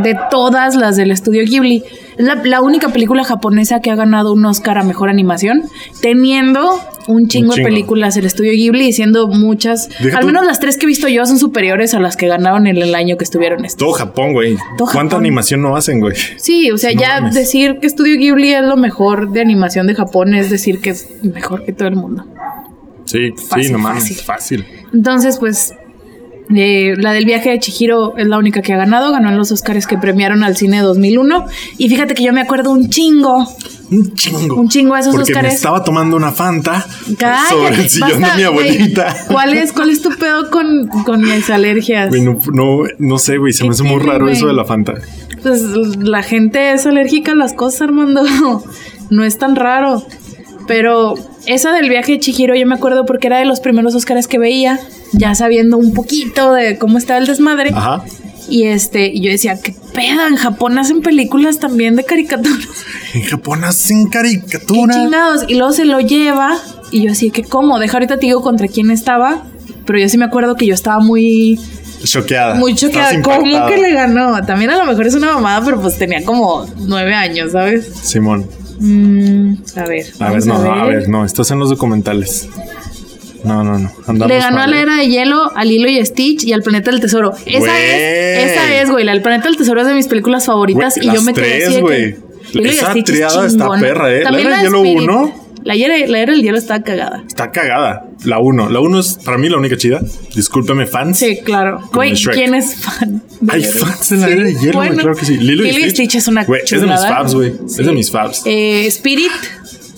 de todas las del estudio Ghibli. Es la, la única película japonesa que ha ganado un Oscar a mejor animación, teniendo un chingo, de chingo. películas del estudio Ghibli y siendo muchas. Deja al tú- menos las tres que he visto yo son superiores a las que ganaron en el año que estuvieron estas. Todo Japón, güey. Todo ¿Cuánta Japón. animación no hacen, güey? Sí, o sea, No ya mames. decir que Estudio Ghibli es lo mejor de animación de Japón es decir que es mejor que todo el mundo. Sí, sí, Fácil, no mames. fácil. Fácil. Entonces, pues, eh, la del viaje de Chihiro es la única que ha ganado. Ganó en los Oscars que premiaron al cine 2001. Y fíjate que yo me acuerdo un chingo. Un chingo. Un chingo de esos Porque Óscares. me estaba tomando una Fanta Cállate, sobre el sillón basta, de mi güey. abuelita. ¿Cuál es, ¿Cuál es tu pedo con, con mis alergias? Güey, no, no, no sé, güey. Se Qué me hace muy pedo, raro güey. eso de la Fanta. Pues la gente es alérgica a las cosas, Armando. No es tan raro. Pero esa del viaje de Chihiro yo me acuerdo porque era de los primeros Oscars que veía, ya sabiendo un poquito de cómo estaba el desmadre. Ajá. Y este, y yo decía, qué pedo, en Japón hacen películas también de caricaturas. En Japón hacen Qué caricatura. chingados. Y luego se lo lleva. Y yo así que cómo, deja ahorita te digo contra quién estaba. Pero yo sí me acuerdo que yo estaba muy, Choqueada. muy Estás choqueada. Ah, impactada. ¿Cómo que le ganó? También a lo mejor es una mamada, pero pues tenía como nueve años, ¿sabes? Simón. Mm, a ver. A ver, vamos no, no, a ver, no. Estás en los documentales. No, no, no. Andamos Le ganó a mal, la eh. era de hielo, al hilo y Stitch y al planeta del tesoro. Esa Güey. es, esa es, güey. La del planeta del tesoro es de mis películas favoritas y Güey, yo las me quedé así tres, de güey. que Lilo y Esa Stitch es triada está chingona. perra, ¿eh? La También era del de hielo Spirit. uno. La era, la era del hielo está cagada. Está cagada. La 1. La 1 es para mí la única chida. Discúlpeme, fans. Sí, claro. Como Güey, Shrek. ¿quién es fan? de Hay Lilo? fans de la Sí, era de hielo, güey, bueno. claro que sí. Lilo, y Stitch, es una Güey, Es de mis chulada. fabs, güey. Es de Sí. mis fabs. Eh, Spirit,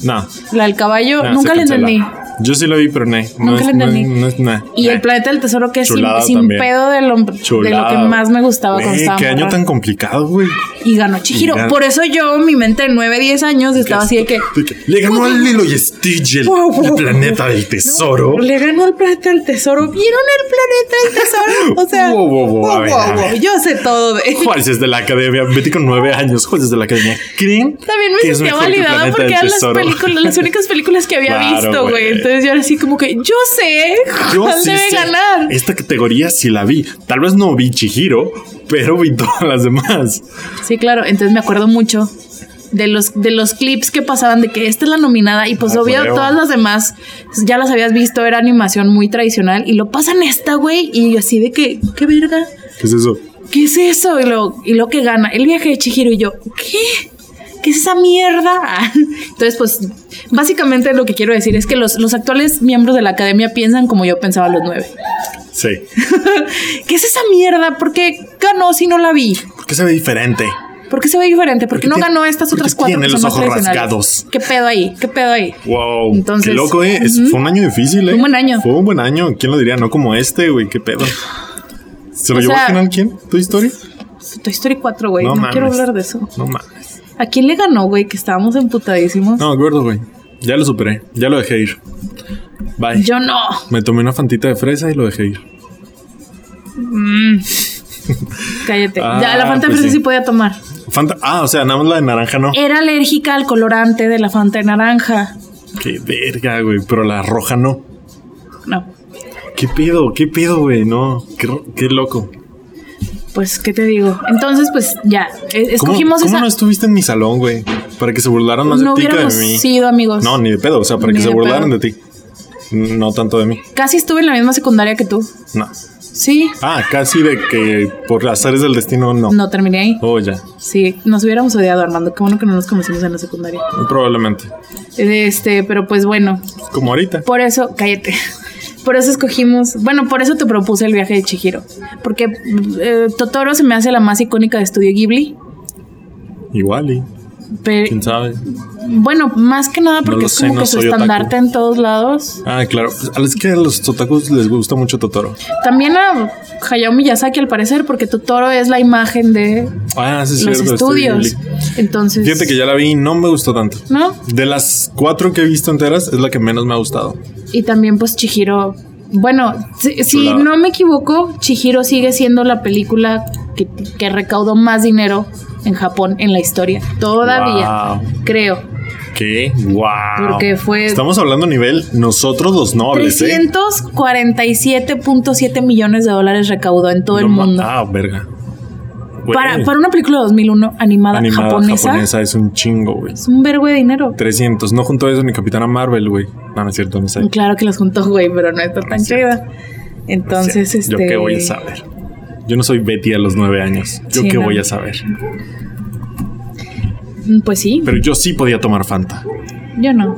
no. la del caballo, no, nunca se la Ah, cancela. entendí. Yo sí lo vi, pero no. no Nunca es- la no- entendí. no es- nah, Y nah. el planeta del tesoro que es sin, Chulada sin también. pedo de lo, de lo que Chulada, más me gustaba güey. cuando Güey, estaba Qué año morra. tan complicado, güey. Y ganó Chihiro. Y ganó. Por eso yo, mi mente de 9, 10 años, estaba así de que. Le ganó al Lilo y Stitch el, el planeta del tesoro. No, le ganó el planeta del tesoro. ¿Vieron el planeta del tesoro? O sea, Wow, wow, wow, a wow, ver, wow, a ver. wow. yo sé todo de. Jueces de la academia. Betty con nueve años. Jueces de la academia. ¿Creen? También que me es sentía mejor que el validada planeta porque del eran las tesoro? películas, las únicas películas que había Claro, visto, güey. güey. Entonces yo era así como que, yo sé Yo cuál sí debe sé, ganar. Esta categoría sí la vi. Tal vez no vi Chihiro, pero vi todas las demás. Sí, claro. Entonces me acuerdo mucho de los, de los clips que pasaban de que esta es la nominada y pues Ah, obvio huevo. todas las demás ya las habías visto, era animación muy tradicional y lo pasan esta, güey. Y yo así de que, qué verga, ¿Qué es eso? ¿qué es eso? Y lo, y lo que gana, el viaje de Chihiro y yo, ¿qué? ¿Qué es esa mierda? Entonces, pues, básicamente lo que quiero decir es que los, los actuales miembros de la academia piensan como yo pensaba a los nueve. Sí. ¿Qué es esa mierda? ¿Por qué ganó si no la vi? ¿Por qué se ve diferente? ¿Por qué se ve diferente? ¿Por qué Porque no tiene- ganó estas porque otras cuatro tiene que los son más ojos tradicionales? rasgados. ¿Qué pedo ahí? ¿Qué pedo ahí? Wow. Entonces- qué loco, ¿eh? Es- Fue un año difícil, ¿eh? Un buen año. Fue un buen año. ¿Quién lo diría? No como este, güey. ¿Qué pedo? ¿Se lo O llevó sea- al final quién? ¿Tu historia? Pues, Toy Story 4, güey. No, mames. quiero hablar de eso. No mames. ¿A quién le ganó, güey? Que estábamos emputadísimos. No, gordo, güey. Ya lo superé. Ya lo dejé ir. Bye. Yo no. Me tomé una fantita de fresa y lo dejé ir. Mm. Cállate. Ah, ya, la Fanta de pues fresa sí. sí podía tomar. Fanta. Ah, o sea, nada más la de naranja no. Era alérgica al colorante de la Fanta de naranja. Qué verga, güey. Pero la roja no. No. ¿Qué pido? ¿Qué pido, güey? No. Qué, ro- qué loco. Pues, ¿qué te digo? Entonces, pues ya. e- ¿Cómo, Escogimos cómo esa. no estuviste en mi salón, güey? Para que se burlaran más No de ti que de hubiéramos mí. sido amigos. No, ni de pedo. O sea, para Ni que se de burlaran pedo. de ti. No tanto de mí. Casi estuve en la misma secundaria que tú. No. Sí. Ah, casi de que por azares del destino, no. No terminé ahí. Oh, ya. Sí, nos hubiéramos odiado, Armando. Qué bueno que no nos conocimos en la secundaria. Probablemente. Este, pero pues bueno, Como ahorita. por eso, cállate. Por eso escogimos, bueno, por eso te propuse el viaje de Chihiro. Porque eh, Totoro se me hace la más icónica de Estudio Ghibli. Igual y. pero- ¿Quién sabe? bueno, más que nada porque lo es sé, como no que su soy otaku. estandarte en todos lados. Ah, claro. Pues, Es que a los totakus les gusta mucho Totoro. También a Hayao Miyazaki al parecer, porque Totoro es la imagen de Ah, sí, es los cierto. Studio estudios. Ghibli. Entonces, Fíjate que ya la vi y no me gustó tanto. ¿no? De las cuatro que he visto enteras, es la que menos me ha gustado. Y también pues Chihiro. Bueno, si, si Chulada. no me equivoco, Chihiro sigue siendo la película que, que recaudó más dinero en Japón en la historia. Todavía, Wow. creo. ¿Qué? ¡Wow! Porque fue- Estamos hablando a nivel nosotros los nobles, ¿eh? 347.7 millones de dólares recaudó en todo el No ma- mundo. Ah, verga. Güey, Para, para una película de 2001 animada, animada japonesa, japonesa. es un chingo, güey. es un vergo de dinero. 300. No junto a eso ni Capitana Marvel, güey. No, no es cierto, no sé. Claro que las juntó, güey, pero no está tan chida. Entonces, Sí, este... ¿Yo qué voy a saber? Yo no soy Betty a los nueve años. ¿Yo Sí, qué no. voy a saber? Pues sí, Pero yo sí podía tomar Fanta. Yo no.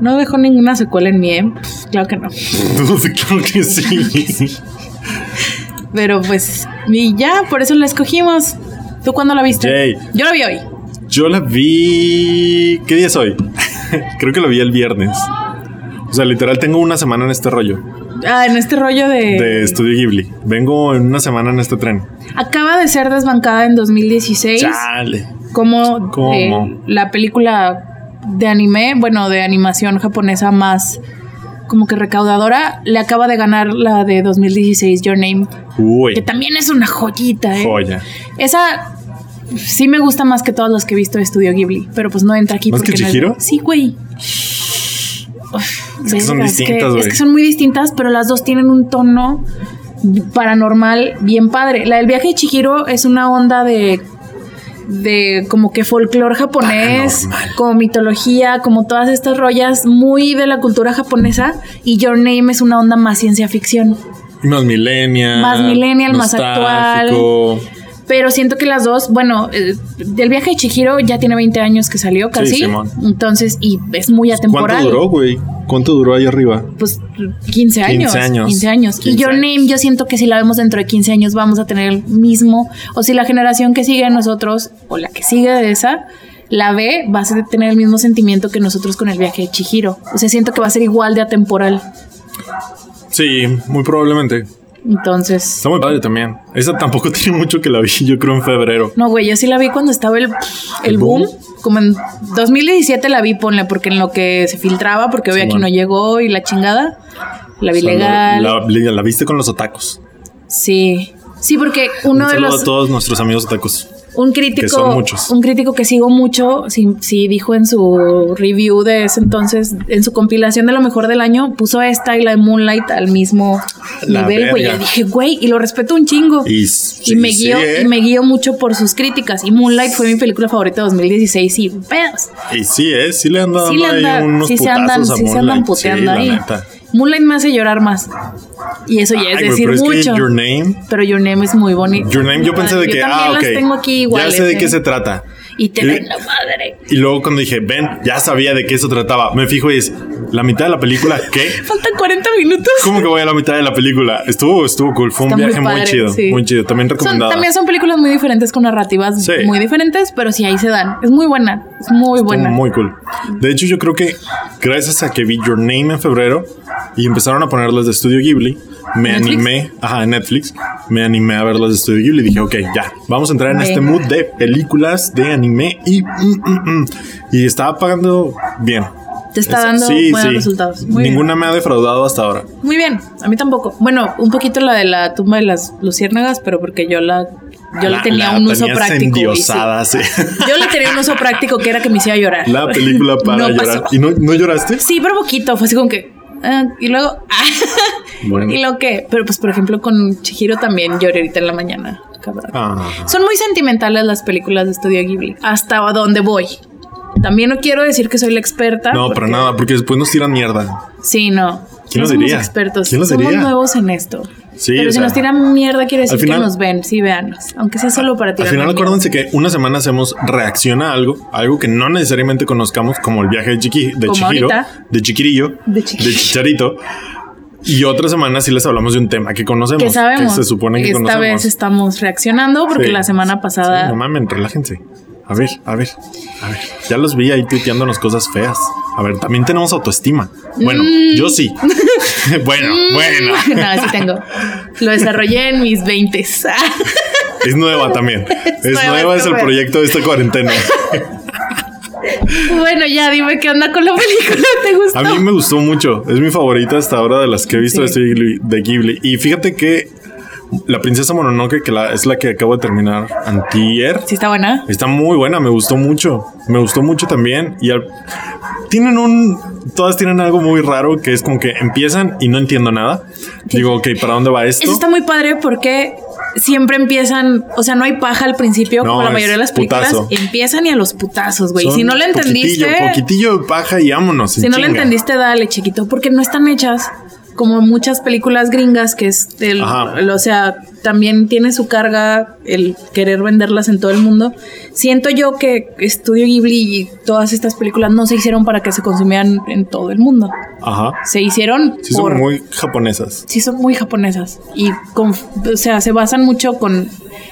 No dejó ninguna secuela en mí, ¿eh? Claro que no. claro que sí. Pero pues, y ya, por eso la escogimos. ¿Tú cuándo la viste? Yay. Yo la vi hoy. Yo la vi. ¿Qué día es hoy? Creo que la vi el viernes. O sea, literal, tengo una semana en este rollo Ah, en este rollo de... de estudio Ghibli. Vengo en una semana en este tren. Acaba de ser desbancada en 2016 Chale. como ¿Cómo? eh, la película de anime, bueno, de animación japonesa más como que recaudadora. Le acaba de ganar la de 2016, Your Name, Uy. que también es una joyita, ¿eh? Joya. Esa sí me gusta más que todas las que he visto de Estudio Ghibli, pero pues no entra aquí. ¿Más que porque no es- Chihiro? Sí, güey. Uf, Es que son verga, distintas, es, güey. que, son muy distintas, pero las dos tienen un tono paranormal bien padre. La del viaje de Chihiro es una onda de de como que folclore japonés, Paranormal. como mitología, como todas estas rollas muy de la cultura japonesa y Your Name es una onda más ciencia ficción. Más millennial. Más millennial, más actual. nostálgico. Pero siento que las dos, bueno, eh, del viaje de Chihiro ya tiene 20 años que salió casi. Simón. entonces, y es muy atemporal. ¿Cuánto duró, güey? ¿Cuánto duró ahí arriba? Pues 15 años. 15 años. 15 años. 15 y Your años. Name, yo siento que si la vemos dentro de 15 años vamos a tener el mismo. O si la generación que sigue a nosotros, o la que sigue de esa, la ve, va a tener el mismo sentimiento que nosotros con el viaje de Chihiro. O sea, siento que va a ser igual de atemporal. Sí, muy probablemente. Entonces. Está muy padre también. Esa tampoco tiene mucho que la vi, yo creo, en febrero. No, güey, yo sí la vi cuando estaba el, el ¿El boom. boom? Como en 2017 la vi, ponle, porque en lo que se filtraba, porque hoy aquí Simón. no llegó y la chingada. La vi O sea, legal. La, la- la viste con los atacos. Sí. Sí, porque uno un de saludo los. a todos nuestros amigos atacos. Un crítico. que son muchos. Un crítico que sigo mucho. Sí, sí, dijo en su review de ese entonces, en su compilación de lo mejor del año, puso esta y la de Moonlight al mismo La nivel, güey. Yo verga. dije, güey, y lo respeto un chingo. Y, Y sí, me, sí, guío, ¿eh? y me guío mucho por sus críticas. Y Moonlight fue mi película favorita de 2016. Y pedos. Y sí, ¿eh? Sí le andan Sí, le anda- ahí unos sí se andan, putazos a sí se andan Moonlight. puteando sí, ahí. la neta. Moonlight me hace llorar más. Y eso ya es Ay, güey, decir pero mucho. Es que Your Name... pero Your Name es muy bonito. Your Name, yo pensé de que, Yo ah, también ok. las tengo aquí ya iguales, sé de ¿eh? qué se trata. Y te Y- ven la madre. Y luego cuando dije, ven, ya sabía de qué se trataba. Me fijo y es la mitad de la película, ¿qué? Faltan 40 minutos. ¿Cómo que voy a la mitad de la película? Estuvo, estuvo cool. Fue un Está muy viaje muy, padre, chido. sí. Muy chido. También Son- recomendado. también son películas muy diferentes con narrativas Sí. muy diferentes, pero sí ahí se dan. Es muy buena, es muy buena. Muy cool. De hecho, yo creo que gracias a que vi Your Name en febrero, y empezaron a poner las de Studio Ghibli. Me ¿Netflix? animé, ajá, en Netflix, me animé a ver las de Studio Ghibli y dije, ok, ya, vamos a entrar en este Venga. mood de películas, de anime y... mm, mm, mm. Y estaba pagando bien. Te está Esa- dando sí, buenos sí. resultados. Muy bien. Ninguna me ha defraudado hasta ahora. Muy bien, a mí tampoco. Bueno, un poquito la de la tumba de las luciérnagas, pero porque yo la yo le tenía un uso tenías práctico. güey, sí. endiosada, sí. Yo le tenía un uso práctico que era que me hiciera llorar. La película para No pasó. llorar. ¿Y no, no lloraste? Sí, pero poquito, fue así como que ah, y luego Bueno. y luego que, pero pues por ejemplo con Chihiro también lloré ahorita en la mañana, cabrón. Ah, Son muy sentimentales las películas de Estudio Ghibli. Hasta a dónde voy. También no quiero decir que soy la experta. no, para Ah, porque- nada, porque después nos tiran mierda. Sí, no. ¿Quién no lo somos diría? expertos. ¿Quién lo somos diría? nuevos en esto. Sí, Pero o si sea, nos tiran mierda, quiere decir final- que nos ven. Sí, véanos. Aunque sea solo para Al tirar. final acuérdense que una semana hacemos reacción a algo, algo que no necesariamente conozcamos, como el viaje de, Chiqui, de Como Chihiro, ahorita. de Chiquirillo, De Chiquillo. Chicharito. Y otra semana sí les hablamos de un tema que conocemos. Que sabemos. se supone que Esta conocemos. vez estamos reaccionando porque Sí. la semana Sí, pasada. no mamen, relájense. A ver, a ver, a ver. Ya los vi ahí tuiteándonos cosas feas. A ver, también tenemos autoestima. Bueno, Mm. yo sí. bueno, bueno. No, Mm, sí tengo. Lo desarrollé en mis 20 Es nueva también. Es, nueva, nueva, es esta el vez. proyecto de esta cuarentena. Bueno, ya dime qué onda con la película. ¿Te gustó? A mí me gustó mucho. Es mi favorita hasta ahora de las que he visto de Sí. Studio Ghibli- de Ghibli. Y fíjate que la princesa Mononoke, que la- es la que acabo de terminar antier, Sí, está buena. Está muy buena, me gustó mucho. Me gustó mucho también. Y al- tienen un. Todas tienen algo muy raro que es como que empiezan y no entiendo nada. Digo, ok, ¿para dónde va esto? Eso está muy padre porque siempre empiezan, o sea, no hay paja al principio, No, como la es mayoría de las películas. putazo. Empiezan y a los putazos, güey. Son Si no le entendiste, poquitillo, Poquitillo de paja y vámonos. en si no le chinga. entendiste, dale, chiquito, porque no están hechas como muchas películas gringas que es el, Ajá. el- o sea, también tiene su carga el querer venderlas en todo el mundo. Siento yo que Estudio Ghibli y todas estas películas no se hicieron para que se consumieran en todo el mundo. Ajá. Se hicieron Sí, por son muy japonesas. sí son muy japonesas y con, o sea, se basan mucho con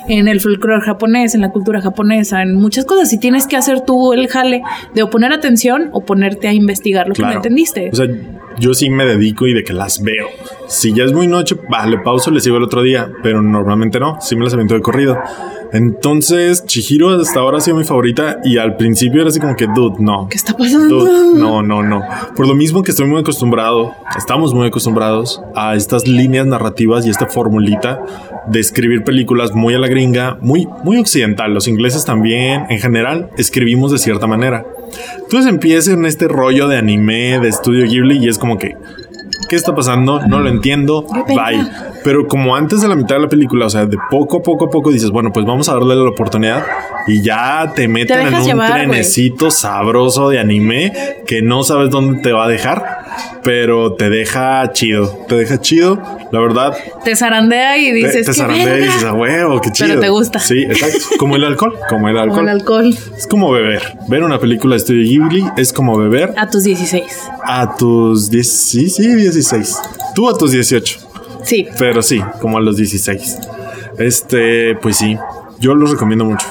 en el folclore japonés, en la cultura japonesa, en muchas cosas. Y tienes que hacer tú el jale de o poner atención o ponerte a investigar lo que no Claro. entendiste. O sea, yo sí me dedico y de que las veo. Si ya es muy noche, bah, le pauso, le sigo el otro día. Pero normalmente no, sí me las aviento de corrido. Entonces, Chihiro hasta ahora ha sido mi favorita. Y al principio era así como que, dude, no. ¿Qué está pasando? Dude, no, no, no. Por lo mismo que estoy muy acostumbrado, estamos muy acostumbrados a estas líneas narrativas y esta formulita de escribir películas muy a la gringa, muy, muy occidental. Los ingleses también, en general, escribimos de cierta manera. Entonces empieza en este rollo de anime, de estudio Ghibli, y es como que, ¿qué está pasando? No lo entiendo. Qué pena. Bye. Pero como antes de la mitad de la película, o sea, de poco a poco a poco dices, bueno, pues vamos a darle la oportunidad y ya te meten en un dejas llevar, güey. trenecito sabroso de anime que no sabes dónde te va a dejar, pero te deja chido, te deja chido. La verdad, Te zarandea y te, dices "¡Qué te zarandea y verga!". dices, a huevo, qué chido. Pero te gusta. Sí, exacto. Como el alcohol, como el Como alcohol. el alcohol Es como beber. Ver una película de Studio Ghibli es como beber a tus 16. a tus 10, sí, sí, 16. Tú a tus 18. Sí. Pero sí, como a los 16. Este, pues sí, yo los recomiendo mucho.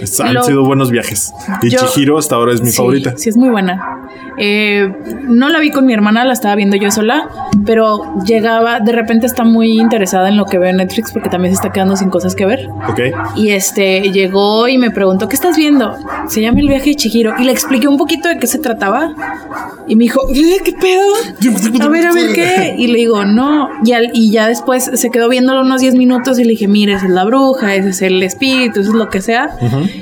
Es- Han Lo- sido buenos viajes. Y Yo- Chihiro hasta ahora es mi sí, favorita. Sí, es muy buena. Eh, no la vi con mi hermana, la estaba viendo yo sola, pero llegaba, de repente está muy interesada en lo que veo en Netflix porque también se está quedando sin cosas que ver. Ok. Y este llegó y me preguntó, ¿qué estás viendo? Se llama El viaje de Chihiro. Y le expliqué un poquito de qué se trataba. Y me dijo, "Eh, ¿qué pedo? A ver, a ver qué. Y le digo, no. Y, al- y ya después se quedó viéndolo unos 10 minutos y le dije, mira, esa es la bruja, ese es el espíritu, eso es lo que sea.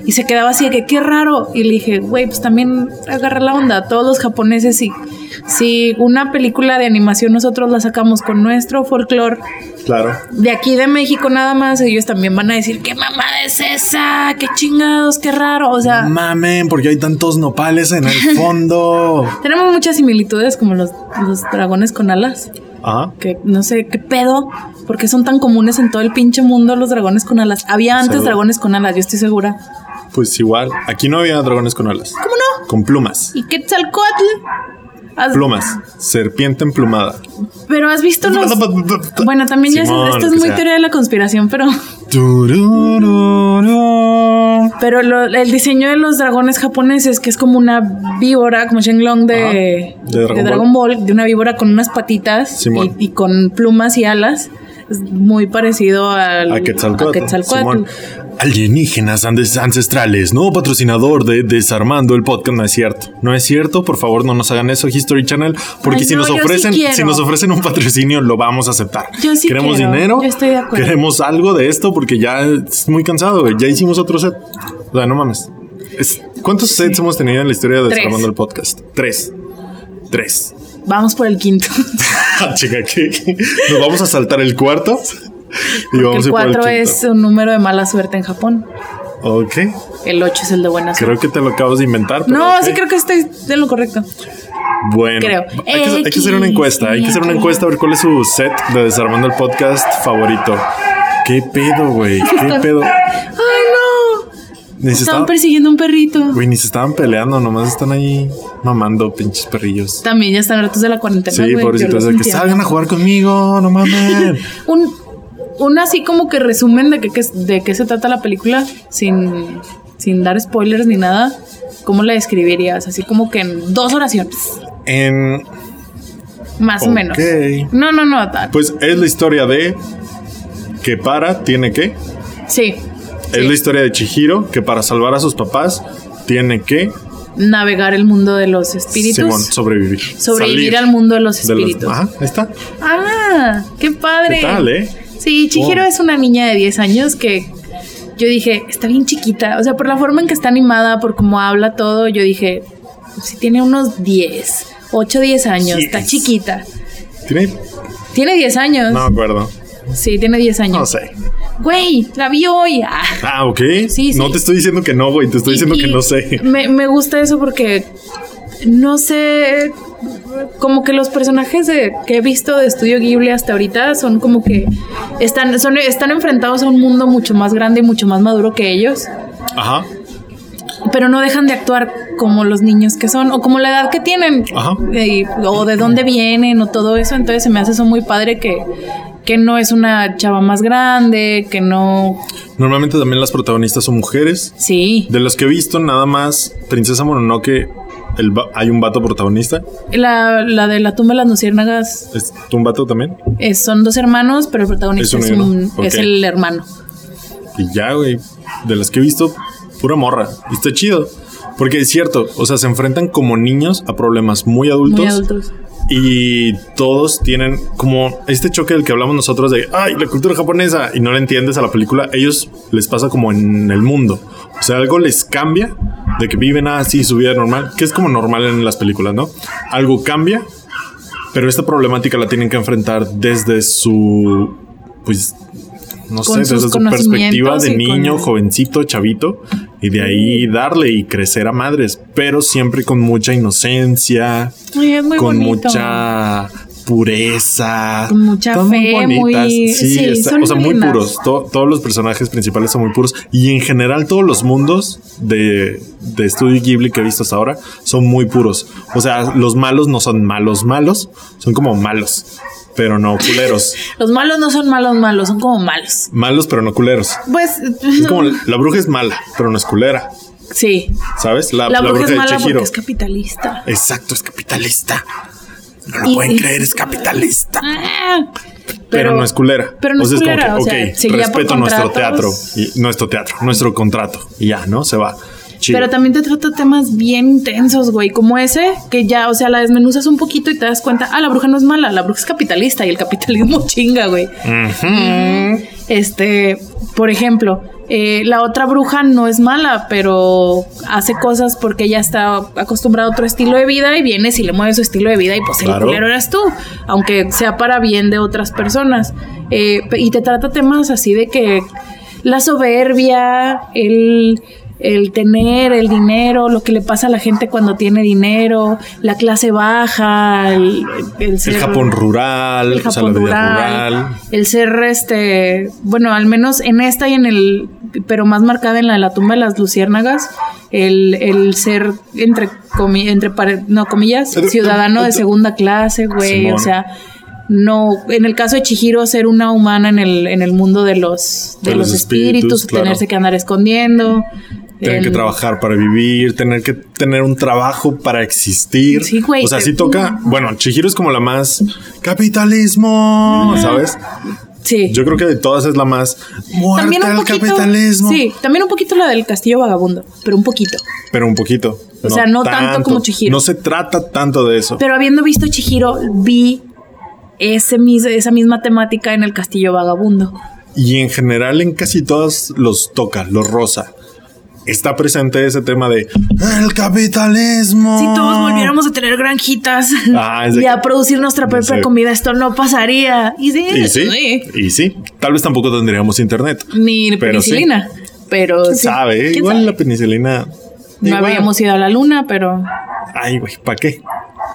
Y se quedaba así de que, qué raro. Y le dije, güey, pues también agarra la onda. Todos los japoneses, si, si una película de animación nosotros la sacamos con nuestro folclore Claro. de aquí de México nada más, ellos también van a decir, ¿qué mamada es esa? ¿Qué chingados? ¿Qué raro? O sea, Mamen, porque hay tantos nopales en el fondo. tenemos muchas similitudes como los, los dragones con alas, Ajá. que no sé qué pedo, porque son tan comunes en todo el pinche mundo los dragones con alas. Había antes Seguro. dragones con alas, yo estoy segura. Pues igual, aquí no había dragones con alas. ¿Cómo no? Con plumas. ¿Y Quetzalcoatl? Has- Plumas. Pues, Serpiente emplumada. Pero has visto los... Bueno, también ya Simón, sé, esto lo es que muy sea. teoría de la conspiración, pero Turururu. Pero lo- el diseño de los dragones japoneses, que es como una víbora, como Shenlong de, Ajá, de Dragon de Dragon Ball, de una víbora con unas patitas Simón. y, y con plumas y alas, es muy parecido al, A Quetzalcóatl. a Quetzalcóatl. Simón. Alienígenas andes- ancestrales, nuevo patrocinador de Desarmando el podcast. No es cierto. No es cierto. Por favor, no nos hagan eso, History Channel. Porque Ay, si no, nos yo sí ofrecen, quiero. si nos ofrecen un patrocinio, lo vamos a aceptar. Yo sí queremos quiero. dinero. Yo estoy de acuerdo. Queremos algo de esto porque ya es muy cansado. güey. Ya hicimos otro set. O sea, no mames. Es- ¿Cuántos sets hemos tenido en la historia de Tres. Desarmando el podcast? Tres. Tres. Vamos por el quinto. Ah, Chica, ¿qué? Nos vamos a saltar el cuarto. Y Porque vamos el a ir por 4 el quinto. es un número de mala suerte en Japón. Ok. El 8 es el de buena suerte. Creo que te lo acabas de inventar. pero No, ok. sí creo que estoy en lo correcto. Bueno, creo. Hay, que, hay que hacer una encuesta. Hay que hacer una encuesta a ver cuál es su set de Desarmando el Podcast favorito. ¿Qué pedo, güey? ¿Qué pedo? ¡Ay, no! Ni se, Estaban estaban, persiguiendo un perrito. güey, ni se estaban peleando, nomás están ahí mamando pinches perrillos. También ya están hartos de la cuarentena. Sí, güey, yo pobrecitos, los de que entiendo. salgan a jugar conmigo, no mames. un, un así como que resumen de qué, qué- de qué se trata la película sin, sin dar spoilers ni nada. ¿Cómo la describirías? Así como que en dos oraciones, En- más o menos. Ok. No, no, no. ta- pues es la historia de que para tiene que. sí. Es sí. la historia de Chihiro que para salvar a sus papás tiene que Navegar el mundo de los espíritus. Simón, sobrevivir. sobrevivir Salir al mundo de los de los- espíritus. Ajá, ahí está. Ah, qué padre. ¿Qué tal, eh? Sí, Chihiro Oh. es una niña de 10 años que yo dije, está bien chiquita. O sea, por la forma en que está animada, por cómo habla todo, yo dije, si tiene unos 10, 8, 10 años, está Yes. chiquita. ¿Tiene? Tiene 10 años. No me acuerdo. Sí, tiene 10 años. No sé. Güey, la vi hoy. Ah. Ah, ok. Sí, sí. No te estoy diciendo que no, güey. Te estoy Y- diciendo que y no sé. Me, me gusta eso porque no sé, como que los personajes de- que he visto de Estudio Ghibli hasta ahorita son como que están, son, están enfrentados a un mundo mucho más grande y mucho más maduro que ellos, Ajá, pero no dejan de actuar como los niños que son o como la edad que tienen Ajá. eh, o de dónde vienen o todo eso. Entonces se me hace eso muy padre que, que no es una chava más grande, que no... Normalmente también las protagonistas son mujeres. Sí, De los que he visto, nada más Princesa Mononoke. el va- hay un vato protagonista. la, la de la tumba de las luciérnagas ¿Es un vato también? Eh, son dos hermanos, pero el protagonista Es es, un un- negro, es ok. el hermano. Y ya, güey. De las que he visto, pura morra. Y está chido. Porque es cierto, o sea, se enfrentan como niños a problemas muy adultos. Muy adultos. Y todos tienen como este choque del que hablamos nosotros de, ay, la cultura japonesa, y no la entiendes a la película, ellos les pasa como en el mundo. O sea, algo les cambia de que viven así su vida normal, que es como normal en las películas, ¿no? Algo cambia, pero esta problemática la tienen que enfrentar desde su, pues, no sé, Con sus desde su perspectiva conocimientos de y niño, con- jovencito, chavito, y de ahí darle y crecer a madres, pero siempre con mucha inocencia Ay, es muy con bonito. mucha pureza. Con mucha Están muy fe, bonitas. muy- Sí, sí, está- son o sea, muy muy lindas. puros. To- todos los personajes principales son muy puros. Y en general, todos los mundos de, de Studio Ghibli que he visto hasta ahora son muy puros. O sea, los malos no son malos, malos. Son como malos, pero no culeros. Los malos no son malos, malos, son como malos. malos, pero no culeros. Pues Es como la, la bruja es mala, pero no es culera. sí, ¿Sabes? la, bruja, es mala porque es capitalista. Exacto, es capitalista. No lo Y- pueden y- creer, es capitalista. Ah, Pero, no es culera. Pero no O sea, es como culera. que, o sea, ok, sí, ya por respeto nuestro teatro, contratos, y, nuestro teatro, nuestro contrato. Y ya, ¿no? Se va. Chido. Pero también te trata temas bien intensos, güey, como ese, que ya, o sea, la desmenuzas un poquito y te das cuenta, ah, la bruja no es mala, la bruja es capitalista y el capitalismo chinga, güey. Este, por ejemplo, eh, la otra bruja no es mala, pero hace cosas porque ella está acostumbrada a otro estilo de vida y vienes y le mueves su estilo de vida y pues Claro. el culero eres tú, aunque sea para bien de otras personas. Eh, pe- y te trata temas así de que la soberbia, el, el tener el dinero, lo que le pasa a la gente cuando tiene dinero, la clase baja, el, el el ser- Japón rural, el o sea, la Japón vida rural, rural. el ser este, bueno, al menos en esta y en el, pero más marcada en la de la tumba de las luciérnagas, el, el ser entre comi- entre pare- no comillas, Pero- ciudadano de pero- segunda clase, güey, Simón. o sea, no, en el caso de Chihiro, ser una humana en el, en el mundo de los, de De los, los espíritus, espíritus, claro. tenerse que andar escondiendo. Tener el- que trabajar para vivir, tener que tener un trabajo para existir. Sí, güey, O sea, te- sí toca. Bueno, Chihiro es como la más capitalismo, ¿sabes? Sí. Yo creo que de todas es la más muerte también un al poquito. capitalismo. Sí, también un poquito la del castillo vagabundo, pero un poquito. Pero un poquito. O sea, no tanto como Chihiro. No se trata tanto de eso. Pero habiendo visto Chihiro, vi ese, mis- esa misma temática en el castillo vagabundo. Y en general en casi todas los toca, los rosa. Está presente ese tema de el capitalismo. Si todos volviéramos a tener granjitas Ah, es de y a que- producir nuestra propia Sí. comida, esto no pasaría. Y sí, Y sí, sí. y sí. Tal vez tampoco tendríamos internet. ni Pero sí. penicilina. Pero ¿Quién sí. sabe? eh? ¿Quién Igual sabe? la penicilina. no igual. habíamos ido a la luna, pero Ay, güey, ¿para qué?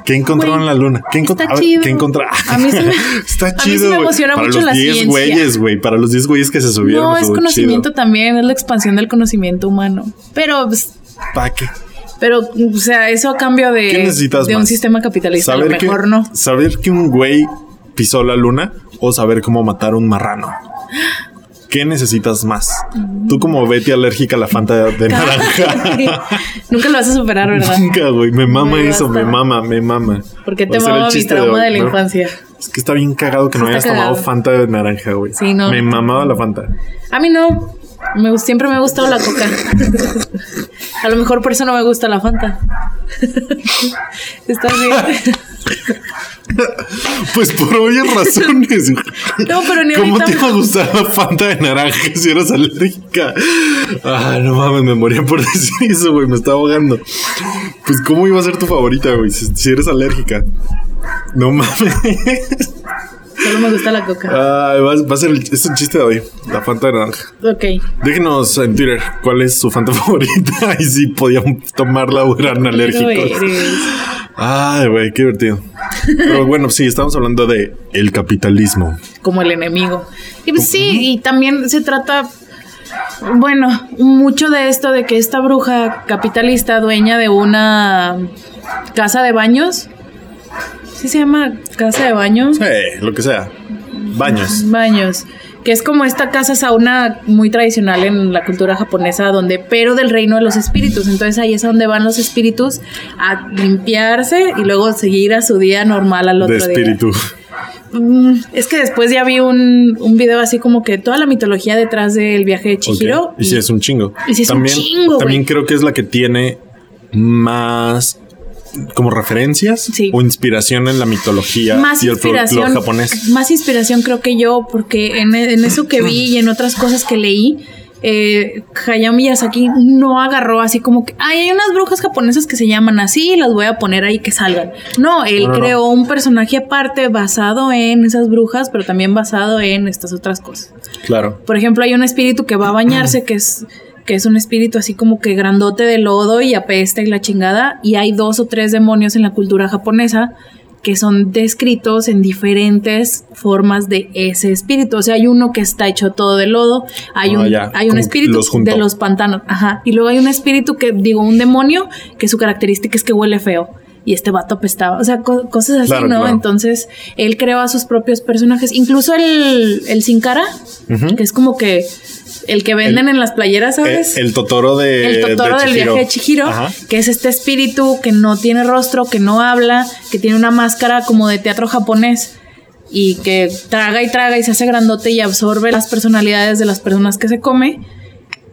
¿Qué encontraron en Güey, la luna? está ¿Qué encontraron? chido. ¿Qué encontra- A mí se me- a mí está se chido. me güey. emociona Para mucho los la 10 ciencia. güeyes, güey. Para los 10 güeyes que se subieron. no es conocimiento también, es la expansión del conocimiento humano. Pero, pues, ¿Para qué? pero, o sea, eso a cambio de, ¿Qué necesitas de un más? sistema capitalista, a lo que, mejor no. Saber que un güey pisó la luna o saber cómo matar un marrano. ¿Qué necesitas más? Tú como Betty alérgica a la fanta de, de naranja. Nunca lo vas a superar, ¿verdad? Nunca, güey. Me mama Me eso, me basta. mama, me mama. Porque Va a te ser el mama mi chiste de trauma de, hoy, la ¿no? infancia. Es que está bien cagado que no Está hayas tomado cagado. Fanta de naranja, güey. Sí, no. Me mamaba la Fanta. A mí no. Me, gust- siempre me ha gustado la coca. A lo mejor por eso no me gusta la Fanta. Está bien. Pues por obvias razones. güey. No, pero ni ¿Cómo ahorita te me- iba a gustar la Fanta de naranja si eras alérgica? Ah, no mames, me moría por decir eso, güey. Me estaba ahogando. Pues, ¿cómo iba a ser tu favorita, güey? Si, si eres alérgica. No mames. Solo me gusta la coca. Ay, va, va a ser el, es el chiste de hoy. La Fanta de naranja. Ok. Déjenos en Twitter cuál es su fanta favorita y si podían tomarla o eran Pero alérgicos. eres- Ay, güey, qué divertido. Pero bueno, sí, estamos hablando de el capitalismo. Como el enemigo. Y pues sí, y también se trata. Bueno, mucho de esto de que esta bruja capitalista, dueña de una casa de baños. ¿Sí se llama casa de baños? Sí, lo que sea. Baños. baños, que es como esta casa sauna muy tradicional en la cultura japonesa, donde pero del reino de los espíritus. Entonces ahí es a donde van los espíritus a limpiarse y luego seguir a su día normal al otro De día. espíritu. Mm, es que después ya vi un, un video así como que toda la mitología detrás del viaje de Chihiro. Ok. Y si es un chingo. y sí es un chingo, También güey. creo que es la que tiene más como referencias Sí. o inspiración en la mitología más y el folclore inspiración, japonés. más inspiración creo que yo, porque en, e, en eso que vi y en otras cosas que leí, eh, Hayao Miyazaki no agarró así como que, "Ay, hay unas brujas japonesas que se llaman así, las voy a poner ahí que salgan. No, él No, no, no. creó un personaje aparte basado en esas brujas, pero también basado en estas otras cosas. Claro. Por ejemplo, hay un espíritu que va a bañarse, que es que es un espíritu así como que grandote de lodo y apesta y la chingada. Y hay dos o tres demonios en la cultura japonesa que son descritos en diferentes formas de ese espíritu. O sea, hay uno que está hecho todo de lodo, hay Ah, un, ya, hay un como que espíritu los juntó. de los pantanos, ajá. Y luego hay un espíritu que, digo, un demonio que su característica es que huele feo. Y este vato apestaba, o sea, co- cosas así, Claro, ¿no? claro. Entonces, él creó a sus propios personajes, incluso el, el Sin Cara, Ujú. que es como que el que venden en las playeras, Eh, ¿sabes? El, Totoro de El Totoro de del Chihiro. viaje de Chihiro, Ajá. que es este espíritu que no tiene rostro, que no habla, que tiene una máscara como de teatro japonés y que traga y traga y se hace grandote y absorbe las personalidades de las personas que se come.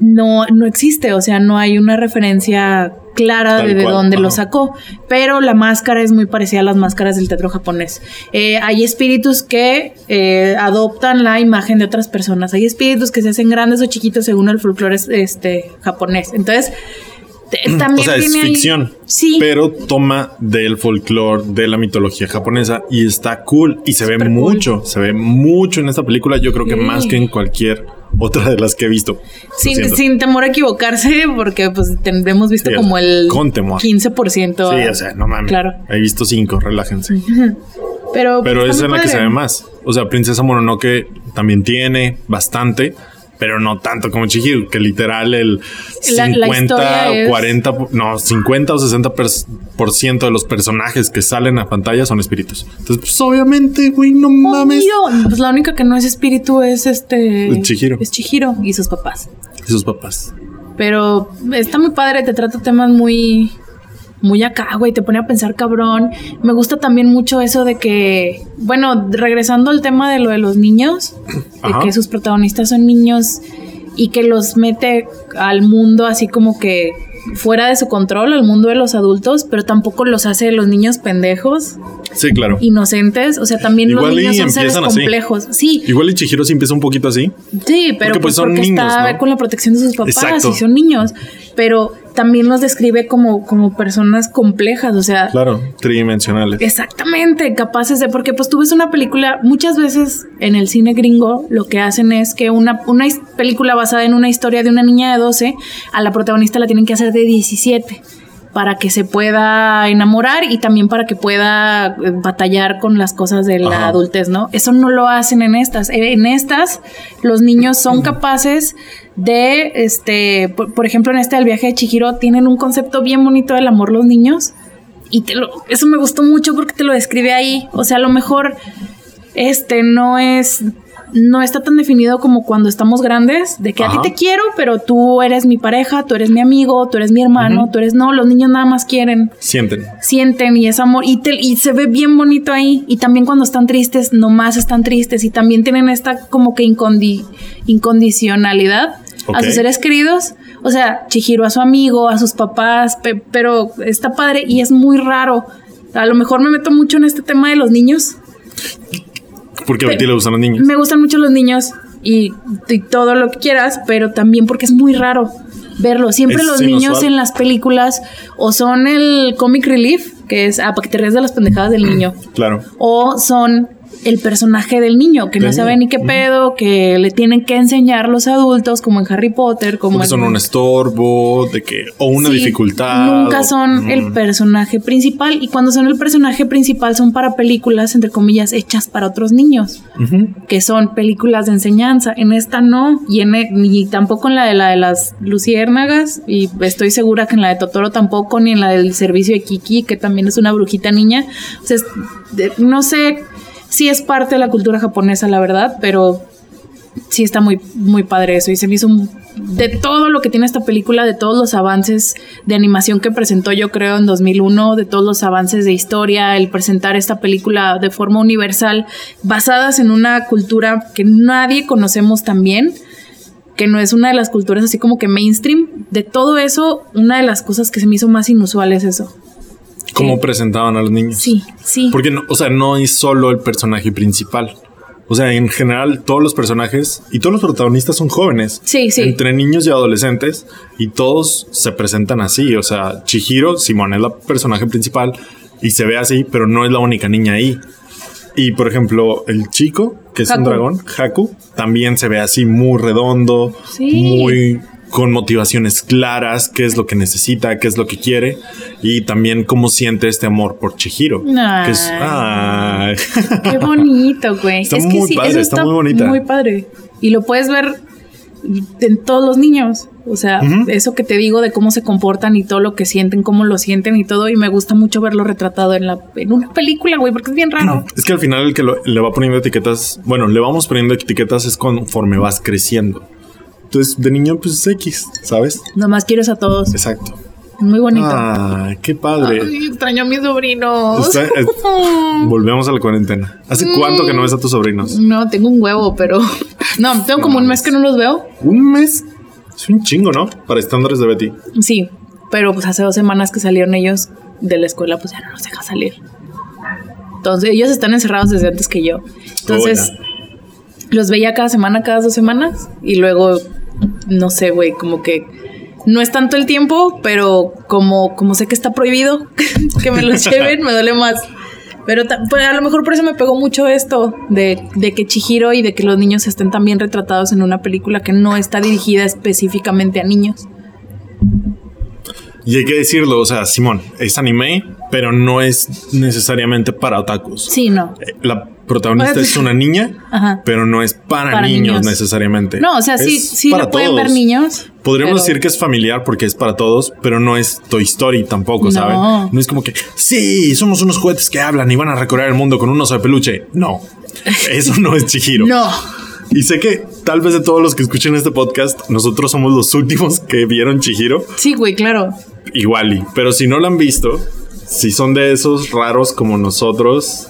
No, no existe, o sea, no hay una referencia clara Tal de, de cual, dónde lo ajá. sacó, pero la máscara es muy parecida a las máscaras del teatro japonés. Eh, hay espíritus que eh, adoptan la imagen de otras personas, hay espíritus que se hacen grandes o chiquitos según el folclore este, japonés. Entonces, te- también o sea, es tiene ahí- ficción. Sí. Pero toma del folclore, de la mitología japonesa y está cool. Y se ve Súper cool. mucho, se ve mucho en esta película. Yo creo que Sí. más que en cualquier otra de las que he visto. Lo Sin, siento. sin temor a equivocarse, porque pues ten- hemos visto Sí, como el con temor. 15%. Sí, a- o sea, no mames. Claro. He visto cinco, relájense. Pero, Pero pues, esa está es muy la que se padre. ve más. O sea, Princesa Mononoke también tiene bastante, pero no tanto como Chihiro, que literal el La- la 50 historia o es- 40, no, 50 o 60 per- por ciento de los personajes que salen a pantalla son espíritus. Entonces, pues obviamente, güey, no mames. Obvio. Pues la única que no es espíritu es este. Chihiro. Es Chihiro y sus papás. Y sus papás. Pero está muy padre, te trata temas muy. Muy acá, güey, te pone a pensar cabrón. Me gusta también mucho eso de que, bueno, regresando al tema de lo de los niños, de Ajá. que sus protagonistas son niños y que los mete al mundo así como que fuera de su control, al mundo de los adultos, pero tampoco los hace los niños pendejos, Sí, claro. inocentes. O sea, también Igual los y niños son seres empiezan así. complejos. Sí, Igual y Chihiro sí empieza un poquito así. Sí, pero Porque, pues, pues, son porque niños, está ¿no? con la protección de sus papás Exacto. y son niños, pero también los describe como, como personas complejas, o sea, Claro, tridimensionales. Eh, exactamente capaces de, porque pues tú ves una película, muchas veces en el cine gringo lo que hacen es que una, una his- película basada en una historia de una niña de 12, a la protagonista la tienen que hacer de 17 para que se pueda enamorar y también para que pueda eh, batallar con las cosas de la Ajá. adultez, ¿no? Eso no lo hacen en estas. Eh, En estas, los niños son capaces de, este, por, por ejemplo, en este del viaje de Chihiro, tienen un concepto bien bonito del amor los niños. Y te lo- eso me gustó mucho porque te lo describe ahí. O sea, a lo mejor este no es no está tan definido como cuando estamos grandes, de que Ajá. a ti te quiero, pero tú eres mi pareja, tú eres mi amigo, tú eres mi hermano, tú eres no, los niños nada más quieren, Sienten. sienten y es amor y, te- y se ve bien bonito ahí y también cuando están tristes, nomás están tristes y también tienen esta como que incondi- incondicionalidad a Ok. sus seres queridos, o sea, Chihiro a su amigo, a sus papás, pe- pero está padre y es muy raro. A lo mejor me meto mucho en este tema de los niños, Porque a ti le gustan los niños. me gustan mucho los niños y, y todo lo que quieras, pero también porque es muy raro verlo. Siempre Es los inusual. niños en las películas o son el comic relief, que es ah, para que te rías de las pendejadas del niño, Claro. o son el personaje del niño, que no Del sabe niño, ni qué pedo, que le tienen que enseñar los adultos, como en Harry Potter, como Porque en- son un estorbo, de que, o una Sí, dificultad. Nunca o- son Mm. el personaje principal. Y cuando son el personaje principal, son para películas, entre comillas, hechas para otros niños. Que son películas de enseñanza. En esta no. Y, en, e- ni tampoco en la de, la de las luciérnagas. Y estoy segura que en la de Totoro tampoco. Ni en la del servicio de Kiki, que también es una brujita niña. O sea, es- de- no sé si es parte de la cultura japonesa, la verdad, pero sí está muy, muy padre eso. Y se me hizo un- de todo lo que tiene esta película, de todos los avances de animación que presentó, yo creo, en 2001, de todos los avances de historia, el presentar esta película de forma universal, basadas en una cultura que nadie conocemos tan bien que no es una de las culturas así como que mainstream, de todo eso, una de las cosas que se me hizo más inusual es eso. Cómo presentaban a los niños. Sí, sí. Porque, no, o sea, no es solo el personaje principal. O sea, en general, todos los personajes y todos los protagonistas son jóvenes. Sí, sí. Entre niños y adolescentes. Y todos se presentan así. O sea, Chihiro, Simón es la personaje principal y se ve así, pero no es la única niña ahí. Y por ejemplo, el chico, que es un Haku. dragón, Haku, también se ve así muy redondo, Sí. muy con motivaciones claras, qué es lo que necesita, qué es lo que quiere y también cómo siente este amor por Chihiro. Que es- Ay. ay. Qué bonito, güey. Está es que muy sí, padre, eso está está muy bonita. Muy padre. Y lo puedes ver en todos los niños. O sea, Ujú. eso que te digo de cómo se comportan y todo lo que sienten, cómo lo sienten y todo. Y me gusta mucho verlo retratado en, la, en una película, güey, porque es bien raro. Es que al final el que lo- le va poniendo etiquetas, bueno, le vamos poniendo etiquetas es conforme vas creciendo. Entonces, de niño, pues es X, ¿sabes? Nomás quieres a todos. Exacto. Muy bonito. Ah, qué padre. Ay, extraño a mis sobrinos. Está- es- volvemos a la cuarentena. ¿Hace cuánto que no ves a tus sobrinos? no, tengo un huevo, pero. No, tengo como un mes que no los veo. Un mes. Es un chingo, ¿no? Para estándares de Betty. Sí, pero pues hace dos semanas que salieron ellos de la escuela, pues ya no nos deja salir. Entonces, ellos están encerrados desde antes que yo. Entonces, los veía cada semana, cada dos semanas, y luego, no sé, güey, como que no es tanto el tiempo, pero como, como sé que está prohibido que me los lleven, me duele más. Pero, ta- pero a lo mejor por eso me pegó mucho esto de, de que Chihiro y de que los niños estén también retratados en una película que no está dirigida específicamente a niños. Y hay que decirlo, o sea, Simón, es anime, pero no es necesariamente para otakus. Sí, no. Eh, La protagonista es una niña, Ajá. pero no es para, Para niños, niños. necesariamente. No, o sea, sí, Eh, Es sí para lo pueden ver todos. niños. Podríamos pero- decir que es familiar porque es para todos, pero no es Toy Story tampoco, No. ¿saben? No es como que, sí, somos unos juguetes que hablan y van a recorrer el mundo con un oso de peluche. No, eso no es Chihiro. No. Y sé que tal vez de todos los que escuchen este podcast, nosotros somos los últimos que vieron Chihiro Sí, güey, claro. igual y. Pero si no lo han visto, si son de esos raros como nosotros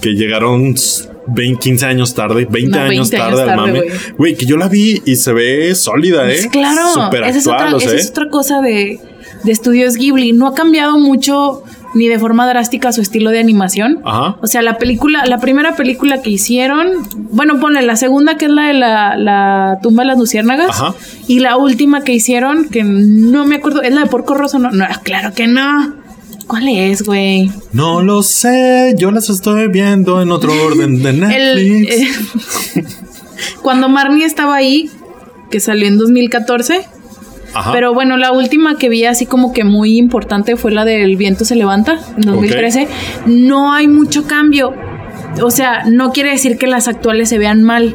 que llegaron s- 20, 15 años tarde, 20 No, años 20 años tarde al tarde, mame. güey. Güey, que yo la vi y se ve sólida, ¿eh? Pues claro, Súper esa, es actual, otra, o sea, esa es otra cosa de, de estudios Ghibli. No ha cambiado mucho ni de forma drástica su estilo de animación. Ajá. O sea, la película, la primera película que hicieron, bueno, ponle la segunda que es la de la, la tumba de las luciérnagas Ajá. y la última que hicieron, que no me acuerdo, es la de Porco Rosso, no, no, claro que no. ¿Cuál es, güey? No lo sé, yo las estoy viendo en otro orden de El- Netflix. eh, cuando Marnie estaba ahí, que salió en 2014. Ajá. Pero bueno, la última que vi así como que muy importante fue la del viento se levanta en 2013. No hay mucho cambio. O sea, no quiere decir que las actuales se vean mal.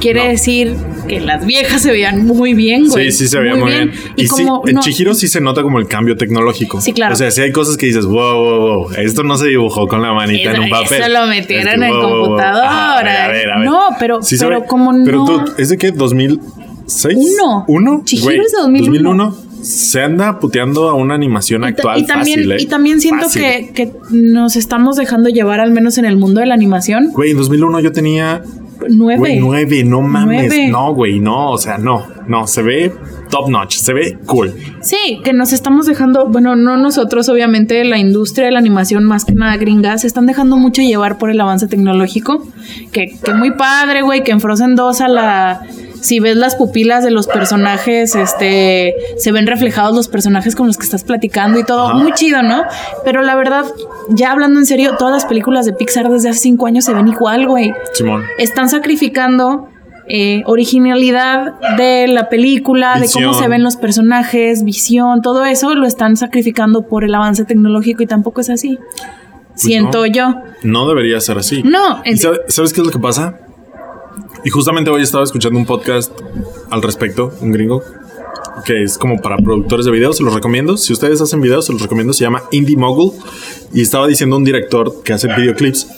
Quiere No. decir que las viejas se vean muy bien, güey. Sí, sí se veía muy bien. Y, Y, sí, como en no, Chihiro sí se nota como el cambio tecnológico. Sí, claro. O sea, sí hay cosas que dices, wow, wow, wow, esto no se dibujó con la manita en un Eso- papel. eso lo metieron Es en que, Ajá, a ver, a computadora. ver, a ver. No, pero- se pero ve. como no- Pero tú, ¿es de qué? ¿2006? Uno. ¿Uno? Chihiro Güey, es de 2001. 2001. Se anda puteando a una animación y ta- actual y también, fácil, ¿eh? y también siento Fácil. que, que nos estamos dejando llevar, al menos en el mundo de la animación. Güey, en 2001 yo tenía Nueve. Güey, nueve, no mames. Nueve. No, güey, no, o sea, no, no, se ve top notch, se ve cool. Sí, que nos estamos dejando, bueno, no nosotros, obviamente, la industria de la animación, más que nada gringa, se están dejando mucho llevar por el avance tecnológico. Que, que muy padre, güey, que en Frozen 2 a la. Si ves las pupilas de los personajes, este, se ven reflejados los personajes con los que estás platicando y todo. Ajá. Muy chido, ¿no? Pero la verdad, ya hablando en serio, todas las películas de Pixar desde hace cinco años se ven igual, güey Simón. están sacrificando eh, originalidad de la película, de Visión. cómo se ven los personajes, visión, todo eso lo están sacrificando por el avance tecnológico y tampoco es así. Siento Pues no. yo. No debería ser así. No, ¿Y en- sabe- ¿Sabes qué es lo que pasa? Y justamente hoy estaba escuchando un podcast al respecto, un gringo, que es como para productores de videos, se los recomiendo. Si ustedes hacen videos, se los recomiendo. Se llama Indie Mogul. Y estaba diciendo un director que hace videoclips,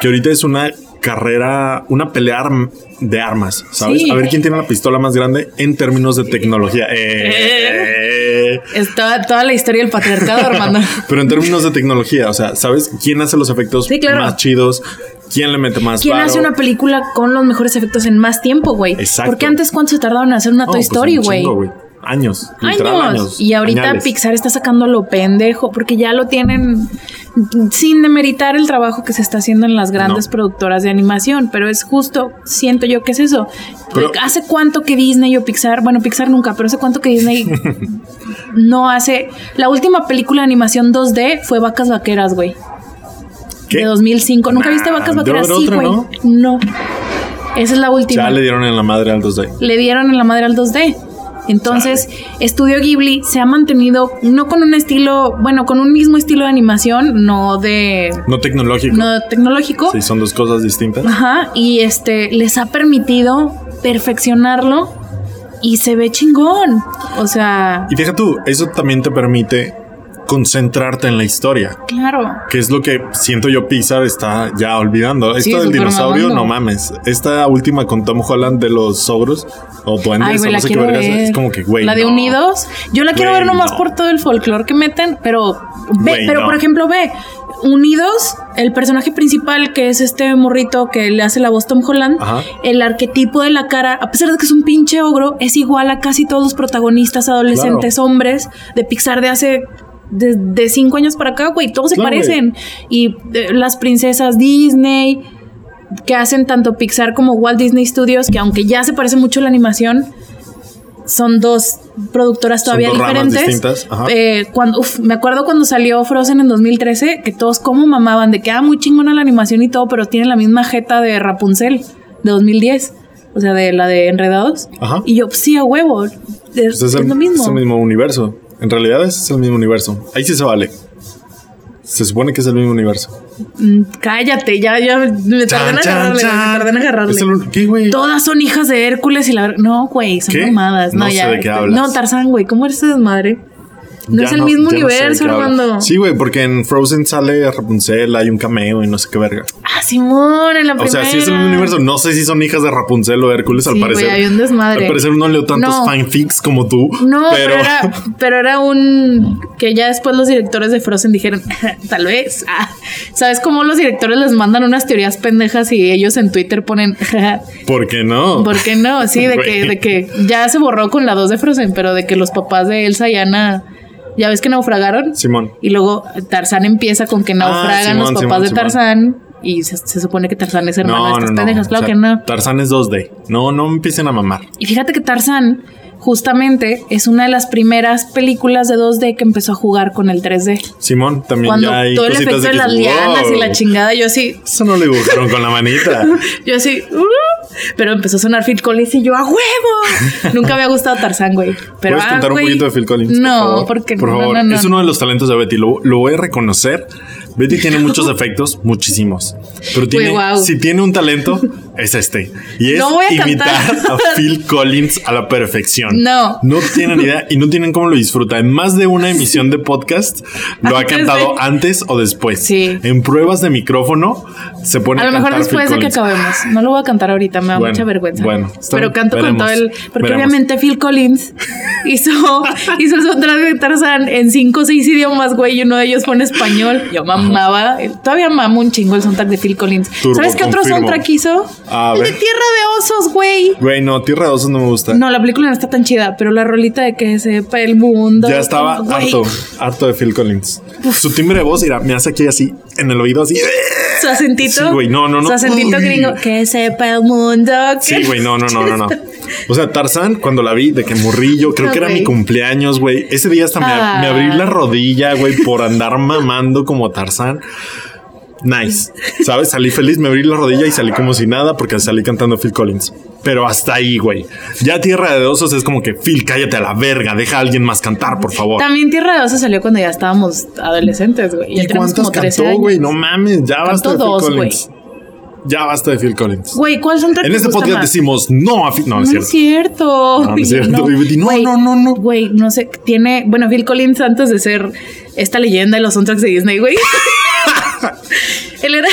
que ahorita es una carrera, una pelea arm- de armas, ¿sabes? Sí. A ver quién tiene la pistola más grande en términos de tecnología. Eh, está toda la historia del patriarcado, Armando. pero en términos de tecnología, o sea, ¿sabes quién hace los efectos Sí, claro. más chidos? ¿Quién le mete más ¿Quién varo? hace una película con los mejores efectos en más tiempo, güey? Exacto. Porque antes, ¿cuánto se tardaron en hacer una No, Toy pues, Story, un güey? chingo, Años, literal años. años. Y ahorita Añales. Pixar está sacando lo pendejo porque ya lo tienen sin demeritar el trabajo que se está haciendo en las grandes No. productoras de animación, pero es justo, siento yo que es eso. Eh, Pero- hace cuánto que Disney o Pixar, bueno, Pixar nunca, pero hace cuánto que Disney no hace la última película de animación 2D fue Vacas Vaqueras, güey. ¿Qué? De 2005. ¿Nunca Nah, viste Vacas debe Vaqueras? haber Sí, otra, güey. ¿no? ¿no? Esa es la última Ya le dieron en la madre al 2D. le dieron en la madre al 2D. Entonces, Estudio Ghibli se ha mantenido no con un estilo, bueno, con un mismo estilo de animación, no de No tecnológico. no tecnológico. Sí, son dos cosas distintas. Ajá, y este les ha permitido perfeccionarlo y se ve chingón. O sea, Y deja tú, eso también te permite concentrarte en la historia. claro. Que es lo que siento yo Pixar está ya olvidando. Esto Sí, del súper dinosaurio, mamando. no mames. Esta última con Tom Holland de los ogros o duendes, Ay, güey, o la no sé qué quiero vergas, ver. es como que, güey. La de no. Unidos. Yo la quiero Güey, ver nomás no. por todo el folclore que meten, pero ve, Güey, pero no. por ejemplo, ve. Unidos, el personaje principal que es este morrito que le hace la voz Tom Holland, Ajá. el arquetipo de la cara, a pesar de que es un pinche ogro, es igual a casi todos los protagonistas adolescentes hombres de Pixar de hace de, de cinco años para acá, güey, todos se Claro, güey. parecen. Y eh, las princesas Disney, que hacen tanto Pixar como Walt Disney Studios, que aunque ya se parece mucho la animación, son dos productoras Son todavía dos ramas diferentes. distintas, ajá. Eh, cuando, uf, me acuerdo cuando salió Frozen en 2013, que todos como mamaban de que, ah, muy chingona la animación y todo, pero tienen la misma jeta de Rapunzel de 2010, o sea, de la de Enredados. Ajá. Y yo, sí, a huevo, es, Pues es, el, es lo mismo. es el mismo universo. En realidad es el mismo universo. Ahí sí se vale. Se supone que es el mismo universo. Mm, Cállate, ya, ya me tardé en Chan, agarrarle, chan, güey, me chan. tardé en agarrarle. Es el- ¿Qué, güey? Todas son hijas de Hércules y la ver- No, güey, son Mm. ¿Qué? mamadas. No, No sé ya. de qué este- hablas. No, Tarzán, güey, ¿cómo eres de desmadre? No Ya es el mismo ya no sé de universo, qué habla. Armando. Sí, güey, porque en Frozen sale Rapunzel, hay un cameo y no sé qué verga. Ah, Simón, en la O primera. sea, sí es el mismo universo. No sé si son hijas de Rapunzel o Hércules, al Sí, güey, parecer. hay un desmadre. Al parecer no leo tantos No. fanfics como tú. No, pero... era, pero era un que ya después los directores de Frozen dijeron, tal vez, ah". ¿sabes cómo los directores les mandan unas teorías pendejas y ellos en Twitter ponen, ¿Por qué no? ¿por qué no? Sí, de que, Oh, Güey. de que ya se borró con la 2 de Frozen, pero de que los papás de Elsa y Ana, ya ves que naufragaron. Simón. Y luego Tarzán empieza con que naufragan Ah, Simón, los Simón, papás de Simón. Tarzán y se, se supone que Tarzán es hermano de estas pendejas, claro O sea, que no. Tarzán es 2D. No, no me empiecen a mamar. Y fíjate que Tarzán justamente es una de las primeras películas de 2D que empezó a jugar con el 3D. Simón, también Cuando ya hay todo el cositas efecto de, de que las dices, lianas "Wow". y la chingada, yo así, Eso no le dibujaron con la manita. yo así, "Uh", pero empezó a sonar Phil Collins y yo a huevo. Nunca me ha gustado Tarzán, güey. Pero ¿Puedes ah, contar güey, un poquito de Phil Collins? No, por favor? porque Por no, favor. no, no, es no. uno de los talentos de Betty. Lo, lo voy a reconocer. Betty tiene muchos defectos, muchísimos. Pero tiene, guau. si tiene un talento, es este. Y es No voy a imitar cantar. a Phil Collins a la perfección. No. No tienen idea y no tienen cómo lo disfruta. En más de una emisión de podcast, lo ha Antes cantado de- antes o después. Sí. En pruebas de micrófono se pone A a lo mejor cantar Phil después de que Collins. acabemos. No lo voy a cantar ahorita, me da Bueno, mucha vergüenza. bueno, está pero bien, canto veremos, con todo el. Porque veremos. obviamente Phil Collins hizo, hizo el soundtrack de Tarzan en cinco o seis idiomas, güey, y uno de ellos fue en español. Yo mamaba. Todavía mamo un chingo el soundtrack de Phil Collins. Turbo, ¿Sabes qué otro confirmo. soundtrack hizo? A el de ver. Tierra de Osos, güey. Güey, no, Tierra de Osos no me gusta. No, la película no está tan chida, pero la rolita de que sepa el mundo. Ya estaba Güey, harto, harto de Phil Collins. Su timbre de voz, mira, me hace aquí así, en el oído así. Su acentito. Sí, güey, no, no, no. Su acentito Uy. gringo. Que sepa el mundo. que- Sí, güey, no, no, no, no, no. O sea, Tarzán, cuando la vi, de que morrillo, creo que era Ok. mi cumpleaños, güey. Ese día hasta me, Ah. me abrí la rodilla, güey, por andar mamando como Tarzán. Nice, ¿sabes? Salí feliz, me abrí la rodilla y salí como si nada porque salí cantando Phil Collins. Pero hasta ahí, güey. Ya Tierra de Osos es como que, Phil, cállate a la verga, deja a alguien más cantar, por favor. También Tierra de Osos salió cuando ya estábamos adolescentes, güey. Ya ¿Y teníamos cuántos como 13 cantó, años. güey? No mames, ya basta de Phil dos, Collins. Ya basta de Phil Collins. Güey, ¿cuál soundtrack En te este gusta podcast más? decimos no a Phil. No, No es es cierto. cierto. No, no es cierto, Güey, Vivi. No, no, no, no. Güey, no sé, tiene... Bueno, Phil Collins antes de ser esta leyenda de los soundtracks de Disney, güey. él era...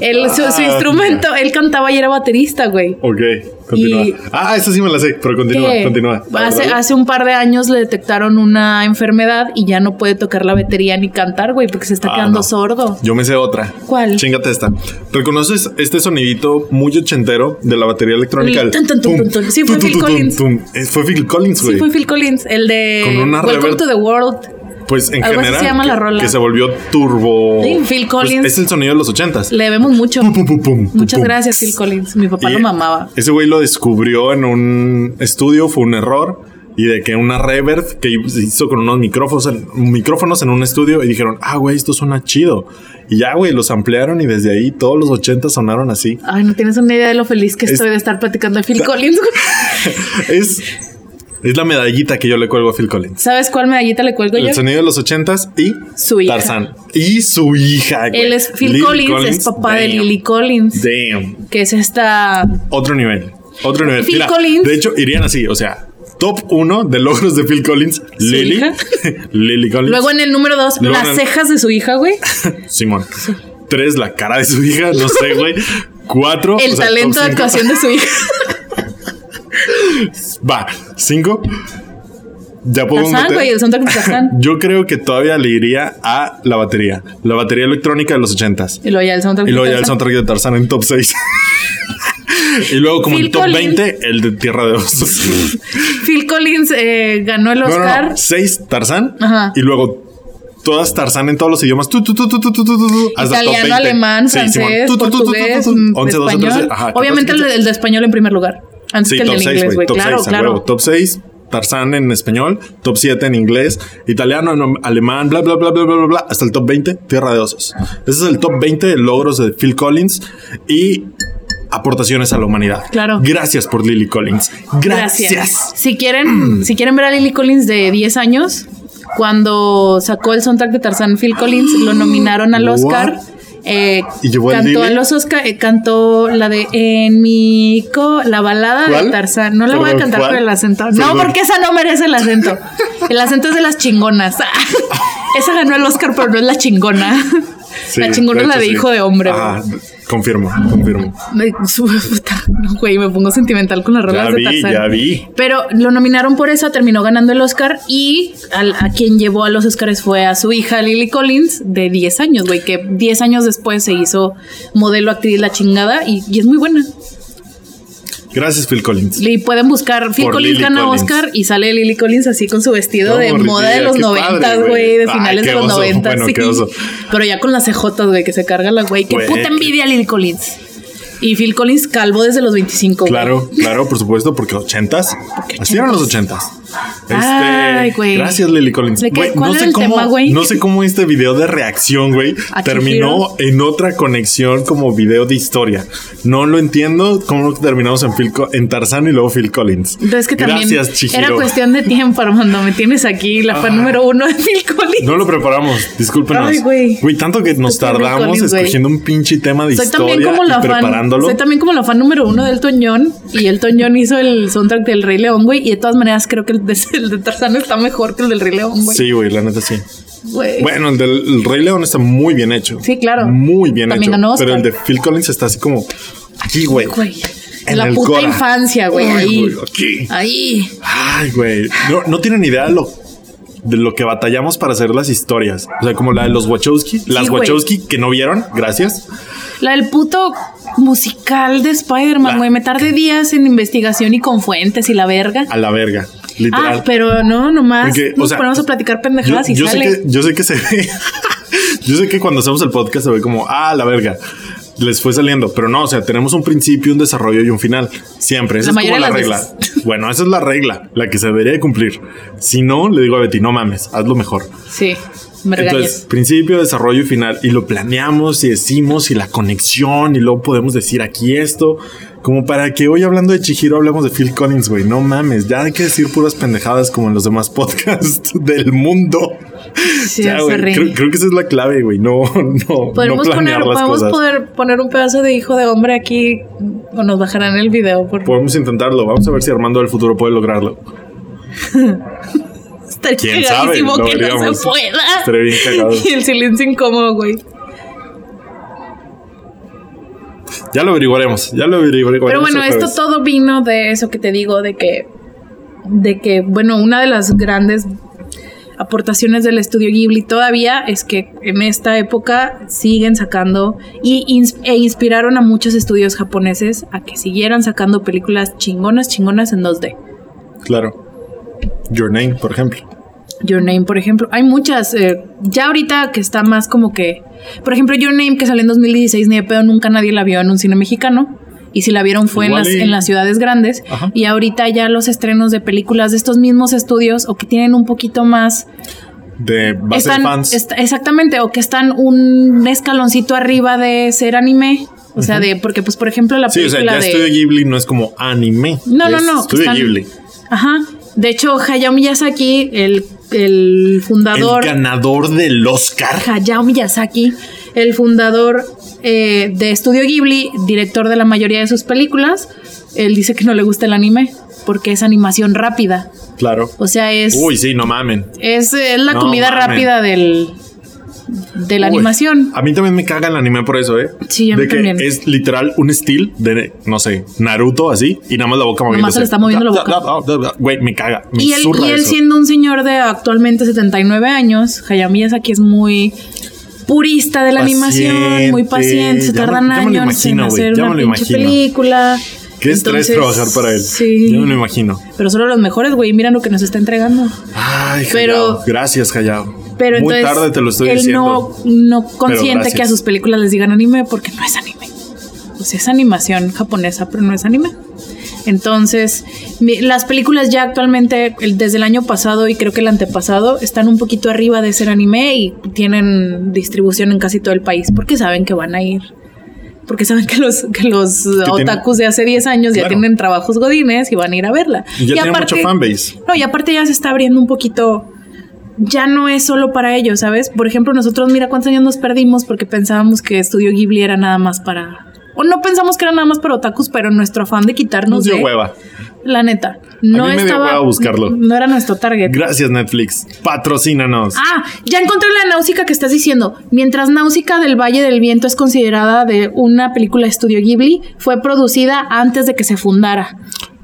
él, su, su Ah, instrumento, él cantaba y era baterista, güey. Ok, continúa. Y- Ah, esa sí me la sé, pero continúa, que continúa. Hace, Dale. hace un par de años le detectaron una enfermedad y ya no puede tocar la batería ni cantar, güey, porque se está Ah, quedando no. sordo. Yo me sé otra. ¿Cuál? Chingate esta. ¿Reconoces este sonidito muy ochentero de la batería electrónica? El El tun, tun, tun, pum, tun, tun. Sí, fue tun, Phil tun, tun, Collins. tun. Eh, Fue Phil Collins, Sí, güey. fue Phil Collins, el de Con una Welcome rever- to the World. Pues en Algo así general, se llama la que- rola. que se volvió turbo. Sí, Phil Pues Collins. es el sonido de los ochentas. Le debemos mucho. Pum, pum, pum, pum, pum, Muchas pum. gracias, Phil Collins. Mi papá Y lo mamaba. Ese güey lo descubrió en un estudio, fue un error. Y de que una reverb que se hizo con unos micrófonos en, micrófonos en un estudio y dijeron, ah, güey, esto suena chido. Y ya, güey, los ampliaron y desde ahí todos los 80 sonaron así. Ay, no tienes una idea de lo feliz que Es- estoy de estar platicando de Phil Collins. güey. Es, es la medallita que yo le cuelgo a Phil Collins. ¿Sabes cuál medallita le cuelgo yo? El sonido de los 80 y Su hija. Tarzán. Y su hija, güey. Él es Phil Lily Collins, es papá de damn, Lily Collins, Damn. que es esta Otro nivel. Otro nivel. Phil Mira, Collins. De hecho, irían así. O sea, top 1 de logros de Phil Collins, Lily. hija? Lily Collins. Luego en el número dos, Luego en las el- cejas de su hija, güey. Simón. 3, la cara de su hija. No sé, güey. 4. El talento de actuación de su hija. Va. 5. Ya puedo Tarzán, meter- güey, el soundtrack de Tarzán. Yo creo que todavía le iría a la batería. La batería electrónica de los 80s. Y luego ya el soundtrack Y de luego ya el Tarzán. soundtrack de Tarzán en top 6. y luego como Phil en top Collins. 20, el de Tierra de Osos. Phil Collins eh, ganó el No, no, Oscar. no. Seis Tarzán Ajá. y luego todas Tarzán en todos los idiomas. Tu, tu, tu, tu, tu, tu, tu, tu, hasta top Italiano, 20. alemán, Sí, Simón. francés, Tu, tu, tu, tu, tu, tu, portugués, 11, 12, español. 13, ajá, 14, Obviamente el, 15. de- el de español en primer lugar. Antes Sí, que el top del 6, inglés, güey. Top Claro, 6, claro. Top 6, Tarzán en español, top 7 en inglés, italiano, en alemán, bla, bla, bla, bla, bla, bla, bla, hasta el top 20, Tierra de Osos. Ese es el top 20 de logros de Phil Collins y aportaciones a la humanidad. Claro. Gracias por Lily Collins. Gracias. Mm. Si quieren, si quieren ver a Lily Collins de 10 años, cuando sacó el soundtrack de Tarzán, Phil Collins lo nominaron al What? Oscar. eh, ¿Y llevó al cantó Lily? a los Oscar, eh, cantó la de En mi co, la balada ¿Cuál? de Tarzán. No la voy a Perdón, cantar ¿cuál? por el acento. Perdón. No, porque esa no merece el acento. El acento es de las chingonas. esa ganó el Oscar, pero no es la chingona. Sí, la chingona es la hecho, de sí. hijo de hombre. Ah, confirmo, confirmo. Me, su- puta, no, güey, me pongo sentimental con las rolas Ya de vi, Tarzán. ya vi. Pero lo nominaron por eso, terminó ganando el Oscar y al- a quien llevó a los Oscars fue a su hija Lily Collins de 10 años, güey, que 10 años después se hizo modelo, actriz, la chingada y, y es muy buena. Gracias, Phil Collins. Le pueden buscar, Phil Por Collins Lily gana Collins. Oscar y sale Lily Collins así con su vestido Qué de moda de aburrida, los qué 90, padre, güey, de güey. finales Ay, de qué los oso, 90. bueno, sí. qué oso. Pero ya con las cejotas, güey, que se carga la güey. Qué Güey, puta qué- envidia Lily Collins. Y Phil Collins calvo desde los 25, güey. Claro, claro, por supuesto, porque ochentas. Así eran los ochentas. Este, Ay, güey. Gracias, Lily Collins. ¿De qué? Güey, ¿Cuál no era sé el cómo, tema, güey? No sé cómo este video de reacción, güey, ¿A terminó en otra conexión como video de historia. No lo entiendo cómo terminamos en, Phil Co- en Tarzán y luego Phil Collins. Entonces que también Gracias, Chihiro. era cuestión de tiempo, Armando. Me tienes aquí la fan número uno de Phil Collins. No lo preparamos, discúlpenos. Ay, güey. tanto que nos Tú también, tardamos Collins, güey. escogiendo un pinche tema de soy historia también como la fan. y preparándolo. Soy también como la fan número uno del Toñón. Y el Toñón hizo el soundtrack del Rey León, güey. Y de todas maneras creo que el de, el de Tarzán está mejor que el del Rey León, güey. Sí, güey, la neta sí. Güey. Bueno, el del el Rey León está muy bien hecho. Sí, claro. Muy bien También hecho. ganó Oscar. pero el de Phil Collins está así como aquí, güey. Güey. En la el puta Cora. infancia, güey. Ay, Ahí. güey, aquí. Ahí. Ay, güey. No, no tienen idea de lo, de lo que batallamos para hacer las historias. O sea, como la de los Wachowski. Las güey. Wachowski que no vieron, gracias. La del puto musical de Spider-Man, La- güey. Me tardé días en investigación y con fuentes y la verga. A la verga. Literal. Ah, pero no, nomás Porque, o nos sea, ponemos a platicar pendejadas y yo sé sale. que, yo sé que se ve. yo sé que cuando hacemos el podcast se ve como, ah, la verga. Les fue saliendo, pero no, o sea, tenemos un principio, un desarrollo y un final. Siempre. Esa La es como mayoría la de regla. las Bueno, esa es la regla, la que se debería de cumplir. Si no, le digo a Betty, no mames, hazlo mejor. Sí, me Entonces, regañas. principio, desarrollo y final. Y lo planeamos y decimos y la conexión y luego podemos decir aquí esto. Como para que hoy hablando de Chihiro hablamos de Phil Collins, güey. No mames, ya hay que decir puras pendejadas como en los demás podcasts del mundo. Sí, Ya, se güey, ríe. creo, creo que esa es la clave, güey. No, no, Podemos no poner, planear las podemos cosas. poder poner un pedazo de hijo de hombre aquí o nos bajarán el video por Podemos intentarlo. Vamos a ver si Armando del futuro puede lograrlo. estar quién sabe, cagadísimo lo que no veríamos. se pueda. Estaría bien cagado. Y el silencio incómodo, güey. Ya lo averiguaremos. Ya lo averiguaremos. Pero bueno, otra esto vez. todo vino de eso que te digo, de que, de que, bueno, una de las grandes aportaciones del estudio Ghibli todavía es que en esta época siguen sacando y ins- e inspiraron a muchos estudios japoneses a que siguieran sacando películas chingonas, chingonas en 2D. Claro. Your Name, por ejemplo. Your Name, por ejemplo. Hay muchas. eh, ya ahorita que está más como que. Por ejemplo, Your Name, que salió en 2016, ni de pedo, nunca nadie la vio en un cine mexicano. Y si la vieron fue en Igual las, y- en las ciudades grandes. Ajá. Y ahorita ya los estrenos de películas de estos mismos estudios o que tienen un poquito más. De base de están, fans. est- exactamente, o que están un escaloncito arriba de ser anime. O sea, de. Porque, pues, por ejemplo, la Sí, o sea, película ya de. Estudio Ghibli no es como anime. No, no, es no. Estudio están- Ghibli. Ajá. De hecho, Hayao Miyazaki, el, el fundador. El ganador del Oscar. Hayao Miyazaki, el fundador eh, de Estudio Ghibli, director de la mayoría de sus películas, él dice que no le gusta el anime porque es animación rápida. Claro. O sea, es, Uy, sí, no mamen. es, eh, la No comida mames. rápida del, de la Uy, Ah, animación. A mí también me caga el anime por eso, ¿eh? Sí, a mí de que también. es literal un estilo de, no sé, Naruto así y nada más la boca Nada moviéndose. más se le está moviendo la Da, boca. da, da, da, da. Güey, me caga. Me Y él, zurra y él eso. siendo un señor de actualmente 79 años, Hayao Miyazaki es muy purista de la animación, muy Paciente. paciente, se Ya me- tardan ya me lo años imagino, en güey, hacer ya una me lo pinche imagino. película. Qué estrés Entonces, trabajar para él. Sí. Yo me lo imagino. Pero solo los mejores, güey. Mira lo que nos está entregando. Ay, Pero- Pero, gracias, Callao. Pero Muy entonces tarde te lo estoy él diciendo. no, no consiente gracias. que a sus películas les digan anime porque no es anime. O sea, es animación japonesa, pero no es anime. Entonces, mi- las películas ya actualmente, el- desde el año pasado y creo que el antepasado, están un poquito arriba de ser anime y tienen distribución en casi todo el país porque saben que van a ir porque saben que los, que los tienen- otakus de hace 10 años ya Claro. tienen trabajos godines y van a ir a verla. Y ya tiene mucho fanbase. No, y aparte ya se está abriendo un poquito. Ya no es solo para ellos, ¿sabes? Por ejemplo, nosotros, mira cuántos años nos perdimos porque pensábamos que Estudio Ghibli era nada más para. O no pensamos que era nada más para otakus, pero nuestro afán de quitarnos Nos dio de- hueva. La neta. No mí me dio estaba. hueva buscarlo. No era nuestro target. Gracias, Netflix. Patrocínanos. Ah, ya encontré la Náusica que estás diciendo. Mientras Náusica del Valle del Viento es considerada de una película de estudio Ghibli, fue producida antes de que se fundara.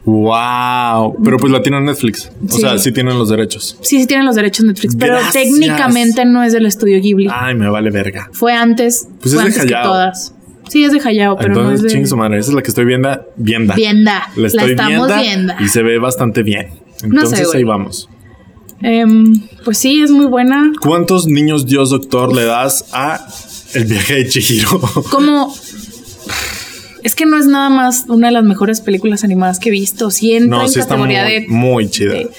Wow. Pero pues la tiene Netflix. O Sí. sea, sí tienen los derechos. Sí, sí tienen los derechos Netflix, pero Gracias. técnicamente no es del estudio Ghibli. Ay, me vale verga. Fue antes, Pues fue es de antes que Hayao. todas. Sí, es de Hayao, pero Entonces, no es chingue su de... madre. Esa es la que estoy viendo. Vienda. Vienda. La La, estoy estamos vienda viendo. Y se ve bastante bien. Entonces güey. ahí vamos. Em, pues sí, es muy buena. ¿Cuántos niños Dios doctor le das a el viaje de Chihiro? Como... Es que no es nada más una de las mejores películas animadas que he visto. Sí entra no, en sí está muy, categoría de... muy chida. de-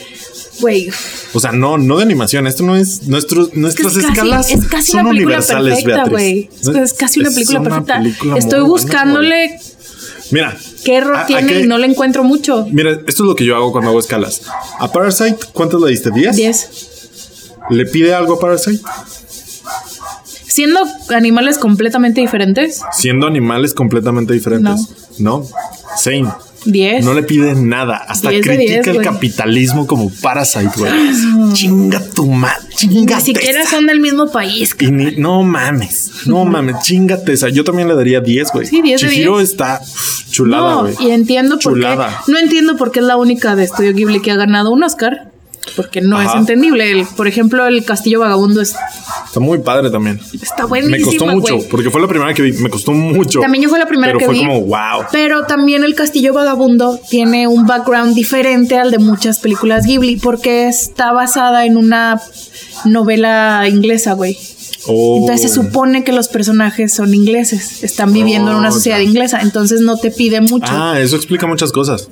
Güey, O sea, no, no de animación. Esto no es nuestros, nuestras es casi- escalas. es casi son una película universales, perfecta, güey. Beatriz. Es, es casi una Es película una perfecta. película muy Estoy buena, buscándole güey. Mira. qué error Ah, ¿a- a tiene qué? y no le encuentro mucho. Mira, esto es lo que yo hago cuando hago escalas. A Parasite, ¿cuántas le diste? ¿10? 10. ¿Le pide algo a Parasite? Siendo animales completamente diferentes, Siendo animales completamente diferentes. No. Same. 10. No le pide nada. Hasta 10 de critica 10, el güey. Ah. capitalismo como Parasite, güey. Chinga tu madre. Chinga Ni siquiera son del mismo país. Y ni- no mames, no mames, chingate esa. Yo también le daría 10, güey. Sí, 10 de Chihiro 10. está chulada, no, güey. y entiendo por Chulada. qué. No entiendo por qué es la única de Estudio Ghibli que ha ganado un Oscar. Porque no es Ajá. entendible. El- por ejemplo, el Castillo Vagabundo es- Está muy padre también. está Me buenísimo. costó mucho, porque fue la primera que vi. Me costó mucho. También yo fue la primera pero que fue vi. como, wow. Pero también el Castillo Vagabundo tiene un background diferente al de muchas películas Ghibli porque está basada en una novela inglesa, güey. Oh. Entonces se supone que los personajes son ingleses, están viviendo en Oh, una sociedad ya. inglesa, entonces no te pide mucho. Ah, eso explica muchas cosas.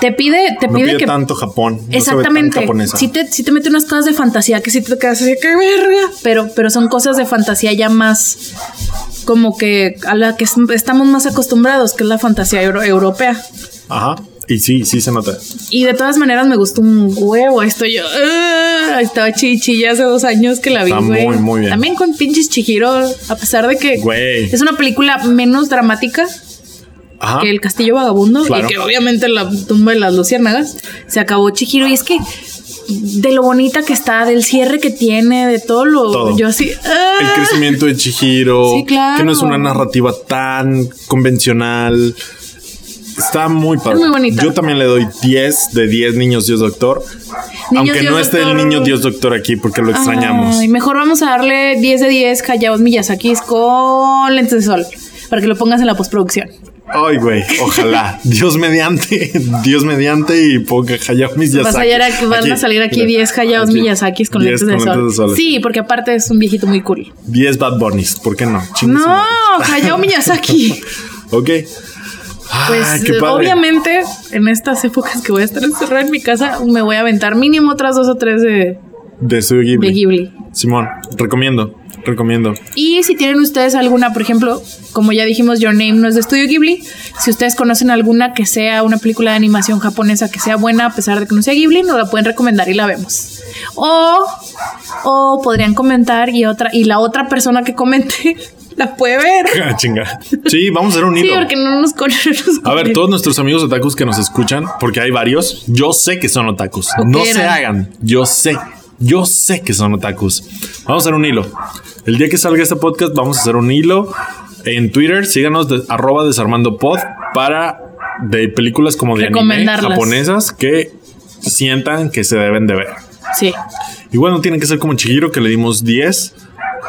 te pide, te No pide pide que tanto Japón. no se ve tan Exactamente. japonesa. sí, te, sí te mete unas cosas de fantasía que sí te quedas así, qué verga. Pero, pero son cosas de fantasía ya más como que a la que es- estamos más acostumbrados, que es la fantasía euro- europea. Ajá. Y sí, sí se nota. Y de todas maneras me gustó un huevo. Esto yo ah, estaba chichi ya hace dos años que la vi, Está güey. muy, muy bien. También con pinches Chihiro, a pesar de que Güey. es una película menos dramática Ajá. que el castillo vagabundo Claro. y que obviamente la tumba de las luciérnagas se acabó Chihiro y es que de lo bonita que está, del cierre que tiene, de todo lo Todo. yo así ¡ah! el crecimiento de Chihiro, Sí, claro. que no es una narrativa tan convencional. Está muy padre. Es muy bonita. Yo también le doy 10 de 10 niños Dios Doctor. Niños aunque Dios no esté el Doctor. niño Dios Doctor aquí porque lo extrañamos. ah, Ay, mejor vamos a darle 10 de 10 Hayao Miyazakis con lentes de sol para que lo pongas en la postproducción. Ay, güey, ojalá. Dios mediante, Dios mediante y ponga Hayao Miyazaki. Vas a, llegar a- van a salir aquí mira, 10 Hayao aquí. Miyazakis con 10 lentes de sol. sol. Sí, porque aparte es un viejito muy cool. 10 Bad Bunnies, ¿por qué no? Chingue su No, madre. Hayao Miyazaki. Ok. Pues Ah, qué padre. obviamente en estas épocas que voy a estar encerrada en mi casa me voy a aventar mínimo otras dos o tres de, De Studio Ghibli. de Ghibli. Simón, recomiendo, recomiendo. Y si tienen ustedes alguna, por ejemplo, como ya dijimos, Your Name no es de estudio Ghibli. Si ustedes conocen alguna que sea una película de animación japonesa que sea buena, a pesar de que no sea Ghibli, nos la pueden recomendar y la vemos. O, o podrían comentar y otra y la otra persona que comente la puede ver. Ah, Chinga. Sí, vamos a hacer un Sí, hilo. porque no nos conocen. A ver, todos nuestros amigos otakus que nos escuchan, porque hay varios, yo sé que son otakus. ¿O No qué se eran? hagan. Yo sé. Yo sé que son otakus. Vamos a hacer un hilo. El día que salga este podcast, vamos a hacer un hilo en Twitter. Síganos de, arroba desarmando pod para de películas como de anime Recomendarlas. japonesas que sientan que se deben de ver. Sí. Igual no tienen que ser como Chihiro, que le dimos 10.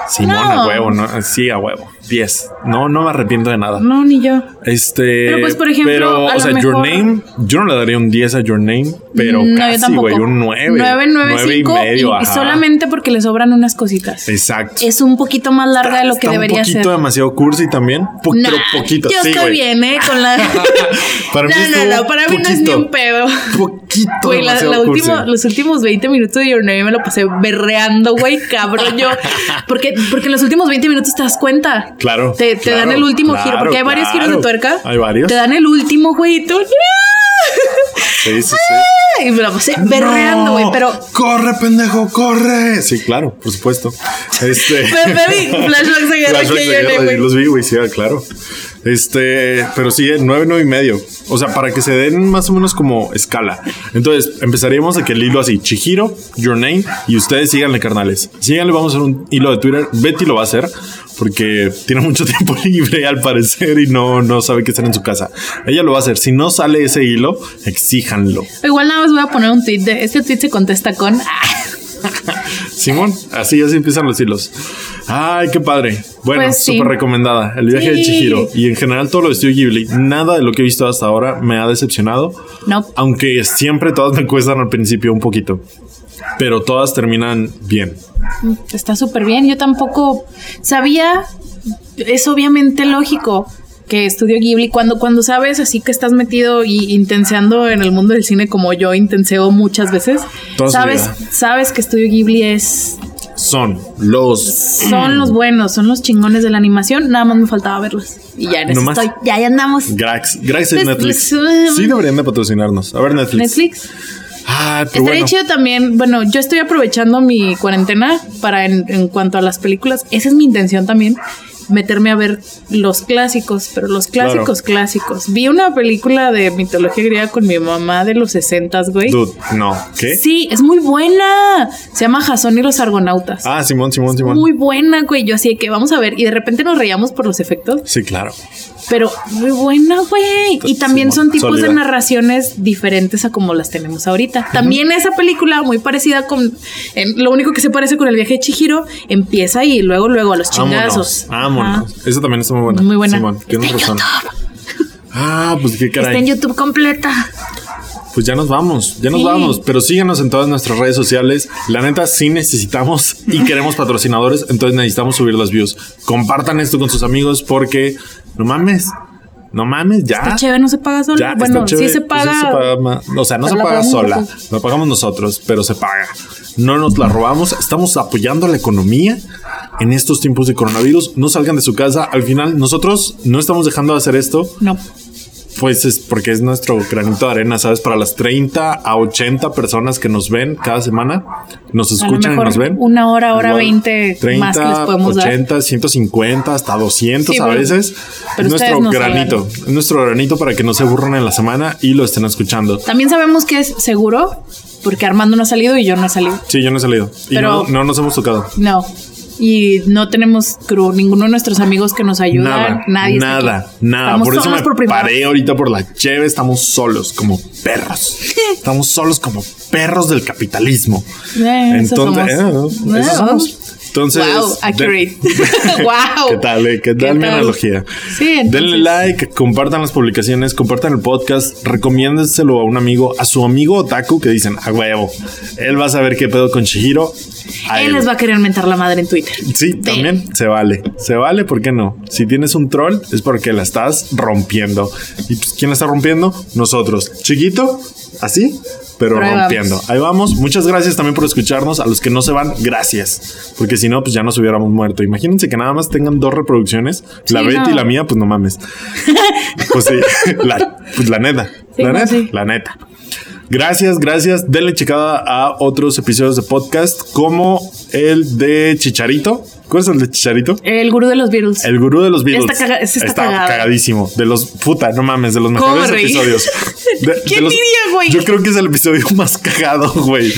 Simón, a No. huevo, ¿no? Sí, a huevo. 10. No, no me arrepiento de nada. No, ni yo. Este. Pero, pues, por ejemplo, pero, a o lo sea, Your mejor- Name, yo no le daría un 10 a Your Name, pero No, yo casi, tampoco. güey, un 9. 9, 9, 5 y medio, y, ajá. solamente porque le sobran unas cositas. Exacto. Es un poquito más larga de lo que Está debería un poquito ser. demasiado cursi también, po- Nah, pero poquito. Yo sí, estoy güey. bien, ¿eh? Con la... Para mí no, no, estuvo no, para mí no es ni poquito. un pedo. Poquito. Güey, la- demasiado la última- cursi. los últimos 20 minutos de Your Name me lo pasé berreando, güey, cabrón. Yo, porque, porque en los últimos 20 minutos te das cuenta. Claro. Te, te claro, dan el último claro, giro, porque hay varios claro. giros de tuerca. Hay varios. Te dan el último, güey, y tú. Sí, sí, sí. Y me la pasé berreando, güey, No, pero. Corre, pendejo, corre. Sí, claro, por supuesto. Este. Pero, baby, flashbacks de guerra Flashbacks que de yo guerra, le, ahí güey. los vi, güey, sí, ah, claro. Este, pero sí, eh, nueve, nueve y medio. O sea, para que se den más o menos como escala. Entonces, empezaríamos a que el hilo así, Chihiro, Your Name, y ustedes síganle, carnales. Síganle, vamos a hacer un hilo de Twitter. Betty lo va a hacer, porque tiene mucho tiempo libre al parecer y no, no sabe qué hacer en su casa. Ella lo va a hacer. Si no sale ese hilo, exíjanlo. Igual nada más voy a poner un tweet de este tweet se contesta con. "Ah, Simón, así así empiezan los hilos. Ay, qué padre. Bueno, Pues sí. súper recomendada. El viaje de Sí. Chihiro. Y en general todo lo de Studio Ghibli. Nada de lo que he visto hasta ahora me ha decepcionado. No. Aunque siempre todas me cuestan al principio un poquito. Pero todas terminan bien. Está súper bien. Yo tampoco sabía. Es obviamente lógico que estudio Ghibli. Cuando, cuando sabes así que estás metido y intenseando en el mundo del cine como yo intenseo muchas veces, Toda su sabes, vida. sabes que estudio Ghibli es. Son los... Son los buenos, son los chingones de la animación. Nada más me faltaba verlos. Y ya en eso ¿No más? estoy. Ya, ya andamos. Grax. Grax es Pues, Netflix. pues, um, Sí deberían de patrocinarnos. A ver Netflix. Netflix. Ah, pero Estaría bueno. chido también, bueno, yo estoy aprovechando mi cuarentena para en, en cuanto a las películas, esa es mi intención también, meterme a ver los clásicos, pero los clásicos clásicos. Vi una película de mitología griega con mi mamá de los 60, güey. Dude, no. ¿Qué? Sí, es muy buena. Se llama Jason y los argonautas. Ah, Simón, Simón, Simón. Muy buena, güey. Yo así de que vamos a ver. Y de repente nos reíamos por los efectos. Sí, claro. Pero muy buena, güey. Y también Simón, son tipos sólida. de narraciones diferentes a como las tenemos ahorita. También esa película, muy parecida con. en- lo único que se parece con el viaje de Chihiro, empieza y luego, luego a los chingazos. Vámonos. Vámonos. Esa también está muy buena. Muy buena. Simón, tienes razón. Ah, pues qué Ajá. Está en caray. YouTube completa. Pues ya nos vamos, ya nos Sí. vamos. Pero síganos en todas nuestras redes sociales. La neta, sí necesitamos y queremos patrocinadores, entonces necesitamos subir las views. Compartan esto con sus amigos porque no mames, no mames, ya. Está chévere, no se paga solo. Ah, Ya, bueno, está chévere. sí se Pues paga. sí se paga ma- o sea, no Pero se la paga pagamos sola. nosotros. La pagamos nosotros, pero se paga. No nos la robamos. Estamos apoyando a la economía en estos tiempos de coronavirus. No salgan de su casa. Al final, nosotros no estamos dejando de hacer esto. No. Pues es porque es nuestro granito de arena, ¿sabes? Para las 30 a 80 personas que nos ven cada semana, nos A lo escuchan y mejor nos ven. una hora, hora Igual, veinte más que les podemos dar. 80, 150, hasta 200 Sí, a pero- veces. pero es nuestro ustedes nos granito. Es nuestro granito para que no se aburran en la semana y lo estén escuchando. También sabemos que es seguro, porque Armando no ha salido y yo no he salido. Sí, yo no he salido. Y Pero- no, no nos hemos tocado. No. Y no tenemos crew, ninguno de nuestros amigos que nos ayudan. Nada, nadie. está nada, aquí. nada. Estamos por eso solos me por primera paré vez. ahorita por la cheve. Estamos solos como perros. Estamos solos como perros del capitalismo. Eh, eso Entonces, somos. eh, eso Wow. somos. Entonces, Wow, accurate. de- Wow. ¿Qué tal? eh? ¿Qué tal mi tal? analogía? Sí, entonces- Denle like, compartan las publicaciones, compartan el podcast, recomiéndenselo a un amigo, a su amigo otaku que dicen, a huevo, él va a saber qué pedo con Shihiro. A Él les va a querer mentar la madre en Twitter. Sí, también se vale. Se vale, ¿por qué no? Si tienes un troll es porque la estás rompiendo. ¿Y pues, quién la está rompiendo? Nosotros. Chiquito, así, pero Pero ahí rompiendo. Ahí vamos. Muchas gracias también por escucharnos. A los que no se van, gracias. Porque si no, pues ya nos hubiéramos muerto. Imagínense que nada más tengan dos reproducciones. La Sí, Betty no. y la mía, pues no mames. Pues sí, la, pues, la neta. Sí, la no, neta. sí. La neta. Gracias, gracias. Denle checada a otros episodios de podcast como el de Chicharito. ¿Cuál es el de Chicharito? El gurú de los Beatles. El gurú de los Beatles. Está caga- ese está cagado. cagadísimo. De los, puta, no mames, de los ¿Cómo mejores me reí? episodios. De- de ¿Quién los- diría, güey? Yo creo que es el episodio más cagado, güey.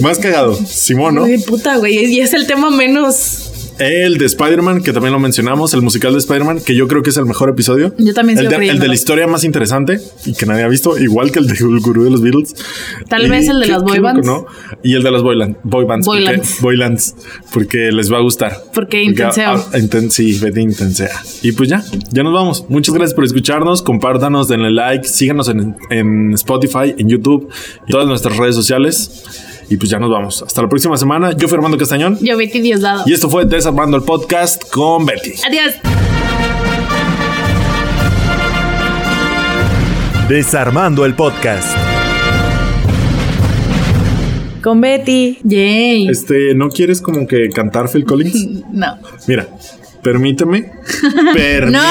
Más cagado. Simón, ¿no? Uy, puta, güey. Y es el tema menos. El de Spider-Man, que también lo mencionamos, el musical de Spider-Man, que yo creo que es el mejor episodio. Yo también el sigo de, el de creyéndolo. la historia más interesante y que nadie ha visto, igual que el de El Gurú de los Beatles. Tal vez el de las boy loco, bands. ¿no? Y el de las boyland, boy bands. Boy porque- bands. boy bands, Porque les va a gustar. Porque intenseo. a- a- inten- sí, vete intensea. Y pues ya, ya nos vamos. Muchas gracias por escucharnos. Compártanos, denle like, síganos en, en Spotify, en YouTube, en todas nuestras redes sociales. Y pues ya nos vamos. Hasta la próxima semana. Yo fui Armando Castañón. Yo, Betty Diosdado. Y esto fue Desarmando el Podcast con Betty. Adiós. Desarmando el podcast. Con Betty. Yay. Este, ¿no quieres como que cantar Phil Collins? No. Mira. Permíteme. permíteme. no,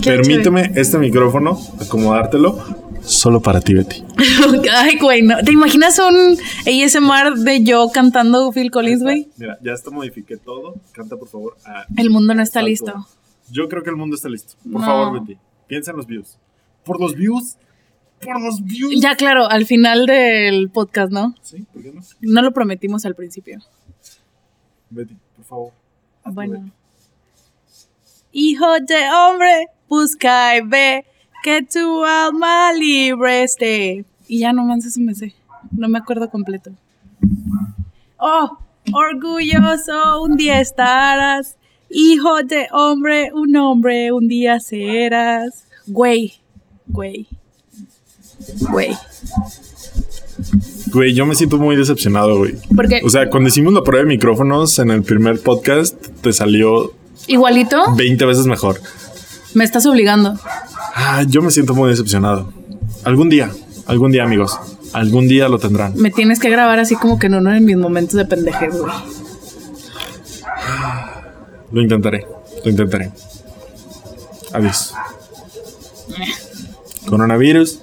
quiero Permíteme este micrófono, acomodártelo solo para ti, Betty. Ay, güey, no. ¿Te imaginas un ASMR de yo cantando Phil Collins, güey? Mira, ya está, modifiqué todo. Canta, por favor. a- El mundo no está a tu- listo. Yo creo que el mundo está listo. Por No. favor, Betty. Piensa en los views. Por los views. Por los views. Ya, claro, al final del podcast, ¿no? Sí, ¿por qué no? No lo prometimos al principio. Betty, por favor. hazlo, Bueno. Betty. Hijo de hombre, busca y ve que tu alma libre esté. Y ya no manches, me sé. No me acuerdo completo. Oh, orgulloso un día estarás. Hijo de hombre, un hombre un día serás. Güey, güey, güey. Güey, yo me siento muy decepcionado, güey. Porque O sea, cuando hicimos la prueba de micrófonos en el primer podcast, te salió igualito 20 veces mejor. me estás obligando. Ah, yo me siento muy decepcionado. Algún día, algún día, amigos, algún día lo tendrán. Me tienes que grabar así como que en uno de mis momentos de pendejez, güey. Lo intentaré, lo intentaré. Adiós. Coronavirus.